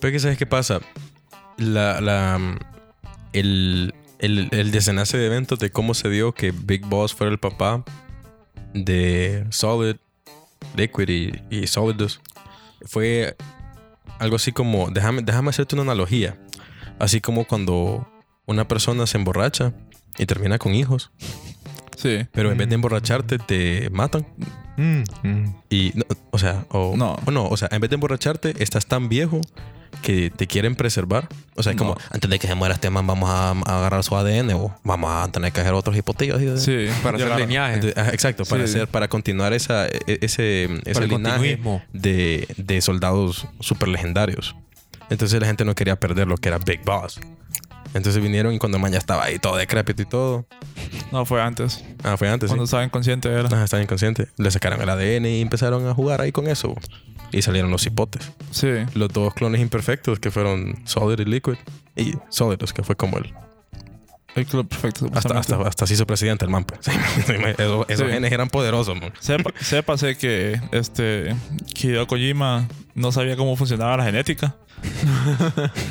[SPEAKER 1] Pero es que sabes qué pasa. La, la, mm, el, el, el desenlace de eventos de cómo se dio que Big Boss fuera el papá de Solid, Liquid y, y Solidus fue algo así como, déjame, déjame hacerte una analogía. Así como cuando una persona se emborracha y termina con hijos,
[SPEAKER 2] Sí.
[SPEAKER 1] pero en vez de emborracharte te matan.
[SPEAKER 3] Mm, mm.
[SPEAKER 1] Y, no, o sea, o
[SPEAKER 2] No.
[SPEAKER 1] o no, o sea, en vez de emborracharte, estás tan viejo que te quieren preservar. O sea, es como,
[SPEAKER 2] No.
[SPEAKER 1] antes de que se muera este man, vamos a, a agarrar su ADN o vamos a tener que hacer otros hipotillos. y-
[SPEAKER 2] Sí.
[SPEAKER 3] Para hacer
[SPEAKER 2] Llegaron.
[SPEAKER 3] lineaje.
[SPEAKER 1] Entonces, ah, exacto, para,
[SPEAKER 2] Sí.
[SPEAKER 1] hacer, para continuar esa, e- e- ese,
[SPEAKER 3] para
[SPEAKER 1] ese
[SPEAKER 3] el
[SPEAKER 1] linaje
[SPEAKER 3] continuismo.
[SPEAKER 1] de, de soldados super legendarios. Entonces la gente no quería perder lo que era Big Boss. Entonces vinieron y cuando el man ya estaba ahí todo decrépito y todo.
[SPEAKER 2] No, fue antes.
[SPEAKER 1] Ah, fue antes. sí.
[SPEAKER 2] Cuando estaba inconsciente era.
[SPEAKER 1] Ajá, estaba inconsciente. Le sacaron el ADN y empezaron a jugar ahí con eso. Y salieron los hipotes.
[SPEAKER 2] Sí.
[SPEAKER 1] los dos clones imperfectos que fueron Solid y Liquid. Y Solid, los que fue como el,
[SPEAKER 2] el club perfecto.
[SPEAKER 1] Hasta,
[SPEAKER 2] supuestamente.
[SPEAKER 1] hasta, hasta se hizo presidente el man. pues. esos esos
[SPEAKER 2] Sí.
[SPEAKER 1] genes eran poderosos, man.
[SPEAKER 2] Sepa, sépase que este Hideo Kojima no sabía cómo funcionaba la genética.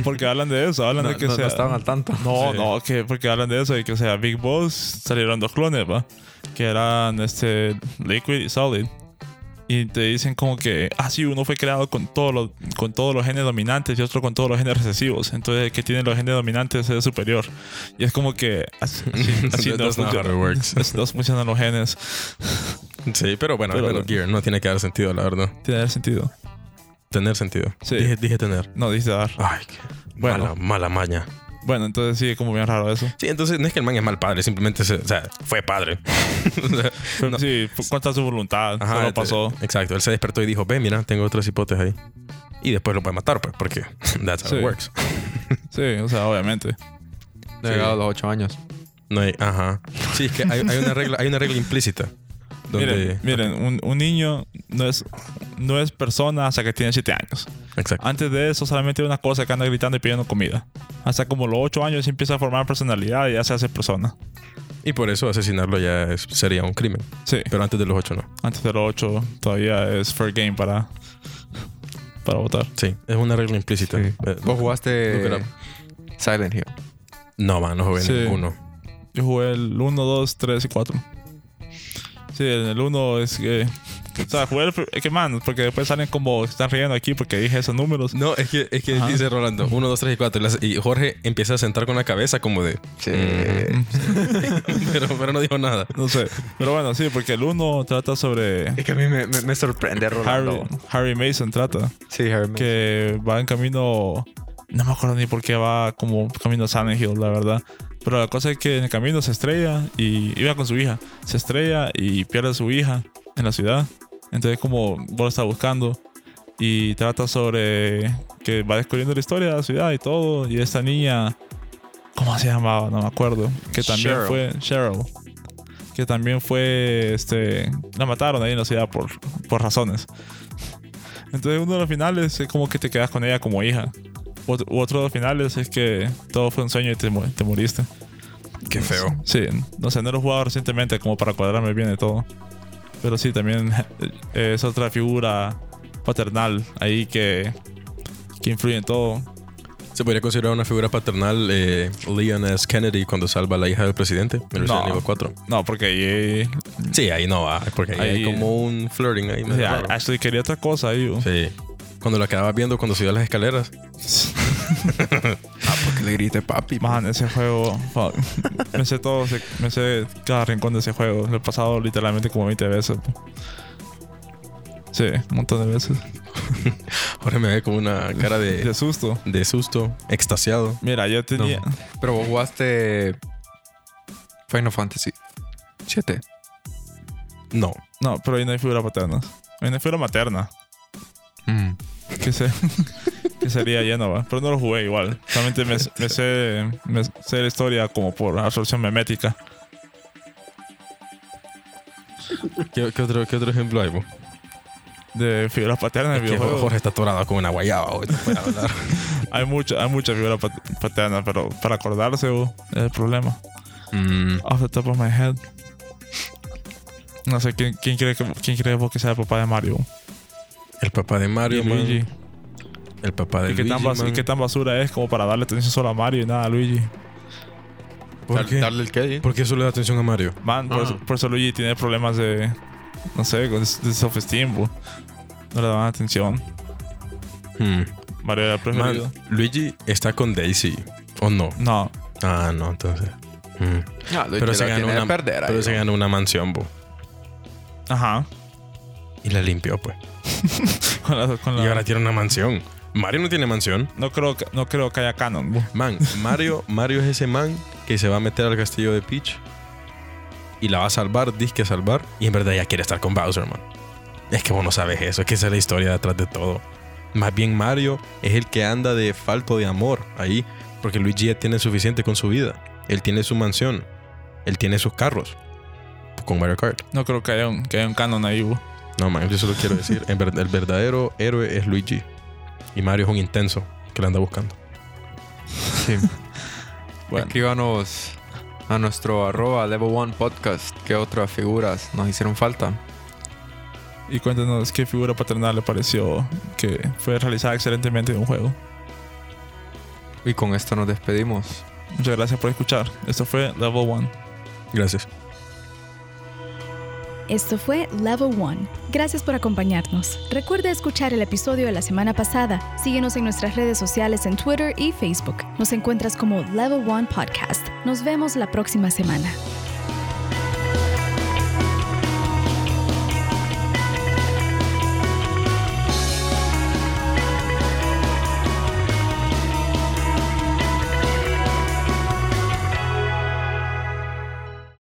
[SPEAKER 2] Porque hablan de eso, hablan
[SPEAKER 3] No,
[SPEAKER 2] de que
[SPEAKER 3] no- no
[SPEAKER 2] sea.
[SPEAKER 3] estaban al tanto.
[SPEAKER 2] No,
[SPEAKER 1] Sí.
[SPEAKER 2] Oh, no, que porque hablan de eso y que o sea Big Boss salieron dos clones, ¿va? Que eran este Liquid y Solid. Y te dicen como que, ah, sí, uno fue creado con todos los con todos los genes dominantes y otro con todos los genes recesivos. Entonces, el que tiene los genes dominantes es superior. Y es como que así, así- así
[SPEAKER 1] That-
[SPEAKER 2] no
[SPEAKER 1] that's not how
[SPEAKER 2] funciona.
[SPEAKER 1] it works.
[SPEAKER 2] Así no funcionan los genes.
[SPEAKER 1] Sí, pero bueno,
[SPEAKER 2] Pero-
[SPEAKER 1] Metal Gear no tiene que dar sentido, la verdad.
[SPEAKER 2] Tiene sentido.
[SPEAKER 1] Tener sentido.
[SPEAKER 2] Sí.
[SPEAKER 1] Dije, dije tener.
[SPEAKER 2] No, dice dar.
[SPEAKER 1] Ay, qué mala,
[SPEAKER 2] Bueno.
[SPEAKER 1] mala maña.
[SPEAKER 2] Bueno, entonces sí, como bien raro eso.
[SPEAKER 1] Sí, entonces no es que el man es mal padre, simplemente se- o sea, fue padre. O sea,
[SPEAKER 2] Pero
[SPEAKER 1] No.
[SPEAKER 2] sí, fue contra su voluntad,
[SPEAKER 1] ajá,
[SPEAKER 2] solo
[SPEAKER 1] este-
[SPEAKER 2] pasó.
[SPEAKER 1] Exacto, él se despertó y dijo, ve, mira, tengo otros hipotes ahí. Y después lo puede matar, pues, porque that's how
[SPEAKER 2] Sí.
[SPEAKER 1] it works.
[SPEAKER 2] Sí, o sea, obviamente.
[SPEAKER 3] No he llegado a los 8 años.
[SPEAKER 1] No hay, ajá. Sí, es que hay, hay una regla, hay una regla implícita. Donde,
[SPEAKER 2] Miren, miren un, un niño no es, no es persona hasta que tiene 7 años.
[SPEAKER 1] Exacto.
[SPEAKER 2] Antes de eso, solamente hay una cosa que anda gritando y pidiendo comida. Hasta como los 8 años empieza a formar personalidad y ya se hace persona.
[SPEAKER 1] Y por eso asesinarlo ya es- sería un crimen.
[SPEAKER 2] Sí,
[SPEAKER 1] Pero antes de los ocho no.
[SPEAKER 2] antes de los 8 todavía es fair game para, para votar.
[SPEAKER 1] Sí, es una regla implícita.
[SPEAKER 3] Sí.
[SPEAKER 1] Eh,
[SPEAKER 3] Vos
[SPEAKER 1] Look
[SPEAKER 3] jugaste
[SPEAKER 1] it
[SPEAKER 3] Silent Hill.
[SPEAKER 1] no, man, no jugué
[SPEAKER 2] Sí.
[SPEAKER 1] ninguno.
[SPEAKER 2] Yo jugué el 1, 2, 3 y 4. Sí, en el 1 es que. O sea, jugué el. Es que, man, porque después salen como. Están riendo aquí porque dije esos números.
[SPEAKER 1] No, es que, es que
[SPEAKER 2] Ajá.
[SPEAKER 1] dice Rolando, uno, dos, tres y cuatro. y las- Y Jorge empieza a sentar con la cabeza como de...
[SPEAKER 3] Sí.
[SPEAKER 1] Mm. pero, pero no dijo nada.
[SPEAKER 2] No sé. Pero bueno, sí, porque el 1 trata sobre.
[SPEAKER 3] Es que a mí me, me- me sorprende,
[SPEAKER 2] Harry,
[SPEAKER 3] Rolando.
[SPEAKER 2] Harry Mason trata.
[SPEAKER 3] Sí, Harry. Mason.
[SPEAKER 2] Que va en camino. No me acuerdo ni por qué va como camino a Silent Hill, la verdad. Pero la cosa es que en el camino se estrella y iba con su hija. Se estrella y pierde a su hija en la ciudad. Entonces, como Bolo está buscando y trata sobre que va descubriendo la historia de la ciudad y todo. Y esta niña, ¿cómo se llamaba? No me acuerdo. Que también
[SPEAKER 3] Cheryl.
[SPEAKER 2] fue Cheryl. Que también fue, este, la mataron ahí en la ciudad por, por razones. Entonces, uno de los finales es como que te quedas con ella como hija. Ot- otro de los finales es que todo fue un sueño y te, mu- te moriste.
[SPEAKER 1] Qué feo.
[SPEAKER 2] Sí, no sé, no lo he jugado recientemente como para cuadrarme bien de todo. Pero sí, también eh, es otra figura paternal ahí que, que influye en todo.
[SPEAKER 1] ¿Se podría considerar una figura paternal eh, Leon S. Kennedy cuando salva a la hija del presidente en Resident
[SPEAKER 2] No.
[SPEAKER 1] Evil 4?
[SPEAKER 2] No, porque ahí,
[SPEAKER 1] Sí, ahí no va, porque ahí, hay
[SPEAKER 2] Ahí-
[SPEAKER 1] como un flirting ahí.
[SPEAKER 2] o
[SPEAKER 1] medio
[SPEAKER 2] sea,
[SPEAKER 1] raro.
[SPEAKER 2] Ashley quería otra cosa ahí. uh. ¿no?
[SPEAKER 1] Sí. Cuando la quedaba viendo cuando subía las escaleras.
[SPEAKER 3] Ah, porque le grité papi.
[SPEAKER 2] Man, ese juego. fuck. me sé todo, se- me sé cada rincón de ese juego. Lo he pasado literalmente como 20 veces. Sí, un montón de veces.
[SPEAKER 1] Ahora me ve como una cara de,
[SPEAKER 2] De susto.
[SPEAKER 1] de susto, extasiado.
[SPEAKER 2] Mira, yo tenía.
[SPEAKER 3] Pero vos jugaste Final Fantasy 7.
[SPEAKER 1] No.
[SPEAKER 2] No, pero ahí no hay figura paterna. Ahí no hay figura materna. que, se, que sería Genova. Pero no lo jugué igual. Solamente me, me sé, me sé la historia como por absorción memética.
[SPEAKER 1] ¿Qué, qué otro, qué otro ejemplo hay, vos?
[SPEAKER 2] De figuras paternas en
[SPEAKER 1] Que
[SPEAKER 2] videojuegos.
[SPEAKER 1] Jorge está atorado con una guayaba hoy. no puede hablar.
[SPEAKER 2] Hay muchas hay mucha figuras pat- paternas, pero para acordarse bo, es el problema.
[SPEAKER 1] Mm,
[SPEAKER 2] Off the top of my head. No sé, ¿quién, quién, cree, que, ¿quién cree vos que sea el papá de Mario?
[SPEAKER 1] el papá de Mario,
[SPEAKER 2] Y
[SPEAKER 1] man.
[SPEAKER 2] Luigi.
[SPEAKER 1] El papá de
[SPEAKER 2] ¿Y qué,
[SPEAKER 1] Luigi,
[SPEAKER 2] tan bas- y
[SPEAKER 1] man.
[SPEAKER 2] qué tan basura es como para darle atención solo a Mario y nada a Luigi?
[SPEAKER 1] ¿Por qué?
[SPEAKER 3] Darle el qué?
[SPEAKER 1] ¿Por qué eso le da atención a Mario?
[SPEAKER 2] Man, por,
[SPEAKER 3] Ajá.
[SPEAKER 1] Ah.
[SPEAKER 2] eso, por eso Luigi tiene problemas de. No sé, con- de self-esteem, bo. No le daban atención.
[SPEAKER 1] Hmm.
[SPEAKER 2] Mario era el
[SPEAKER 1] Man,
[SPEAKER 2] preferido.
[SPEAKER 1] Luigi está con Daisy. ¿O no?
[SPEAKER 2] No,
[SPEAKER 1] Ah, no, entonces. Mm.
[SPEAKER 3] No, Ah, lo
[SPEAKER 1] Pero se ganó
[SPEAKER 3] tiene
[SPEAKER 1] una-
[SPEAKER 3] de perder.
[SPEAKER 1] Pero
[SPEAKER 3] ahí,
[SPEAKER 1] se
[SPEAKER 3] ¿no?
[SPEAKER 1] ganó una mansión, bo.
[SPEAKER 2] ajá.
[SPEAKER 1] Y la limpió, pues.
[SPEAKER 2] Con la- con la-
[SPEAKER 1] Y ahora tiene una mansión. Mario no tiene mansión.
[SPEAKER 2] no, creo que, no creo que haya canon. bu.
[SPEAKER 1] Man, Mario, Mario es ese man que se va a meter al castillo de Peach y la va a salvar, disque a salvar, y en verdad ya quiere estar con Bowser, man. Es que vos no sabes eso, es que esa es la historia detrás de todo. Más bien Mario es el que anda de falto de amor ahí, porque Luigi ya tiene suficiente con su vida. Él tiene su mansión, él tiene sus carros con Mario Kart.
[SPEAKER 2] No creo que haya un, que haya un canon ahí. bu.
[SPEAKER 1] No, man, yo solo quiero decir, en ver- el verdadero héroe es Luigi y Mario es un intenso que la anda buscando.
[SPEAKER 3] Sí.
[SPEAKER 2] Bueno,
[SPEAKER 3] Escríbanos a nuestro arroba level one podcast qué otras figuras nos hicieron falta.
[SPEAKER 2] Y cuéntanos qué figura paternal le pareció que fue realizada excelentemente en un juego.
[SPEAKER 3] Y con esto nos despedimos.
[SPEAKER 2] Muchas gracias por escuchar. Esto fue Level One.
[SPEAKER 1] Gracias.
[SPEAKER 4] Esto fue Level One. Gracias por acompañarnos. Recuerda escuchar el episodio de la semana pasada. Síguenos en nuestras redes sociales en Twitter y Facebook. Nos encuentras como Level One Podcast. Nos vemos la próxima semana.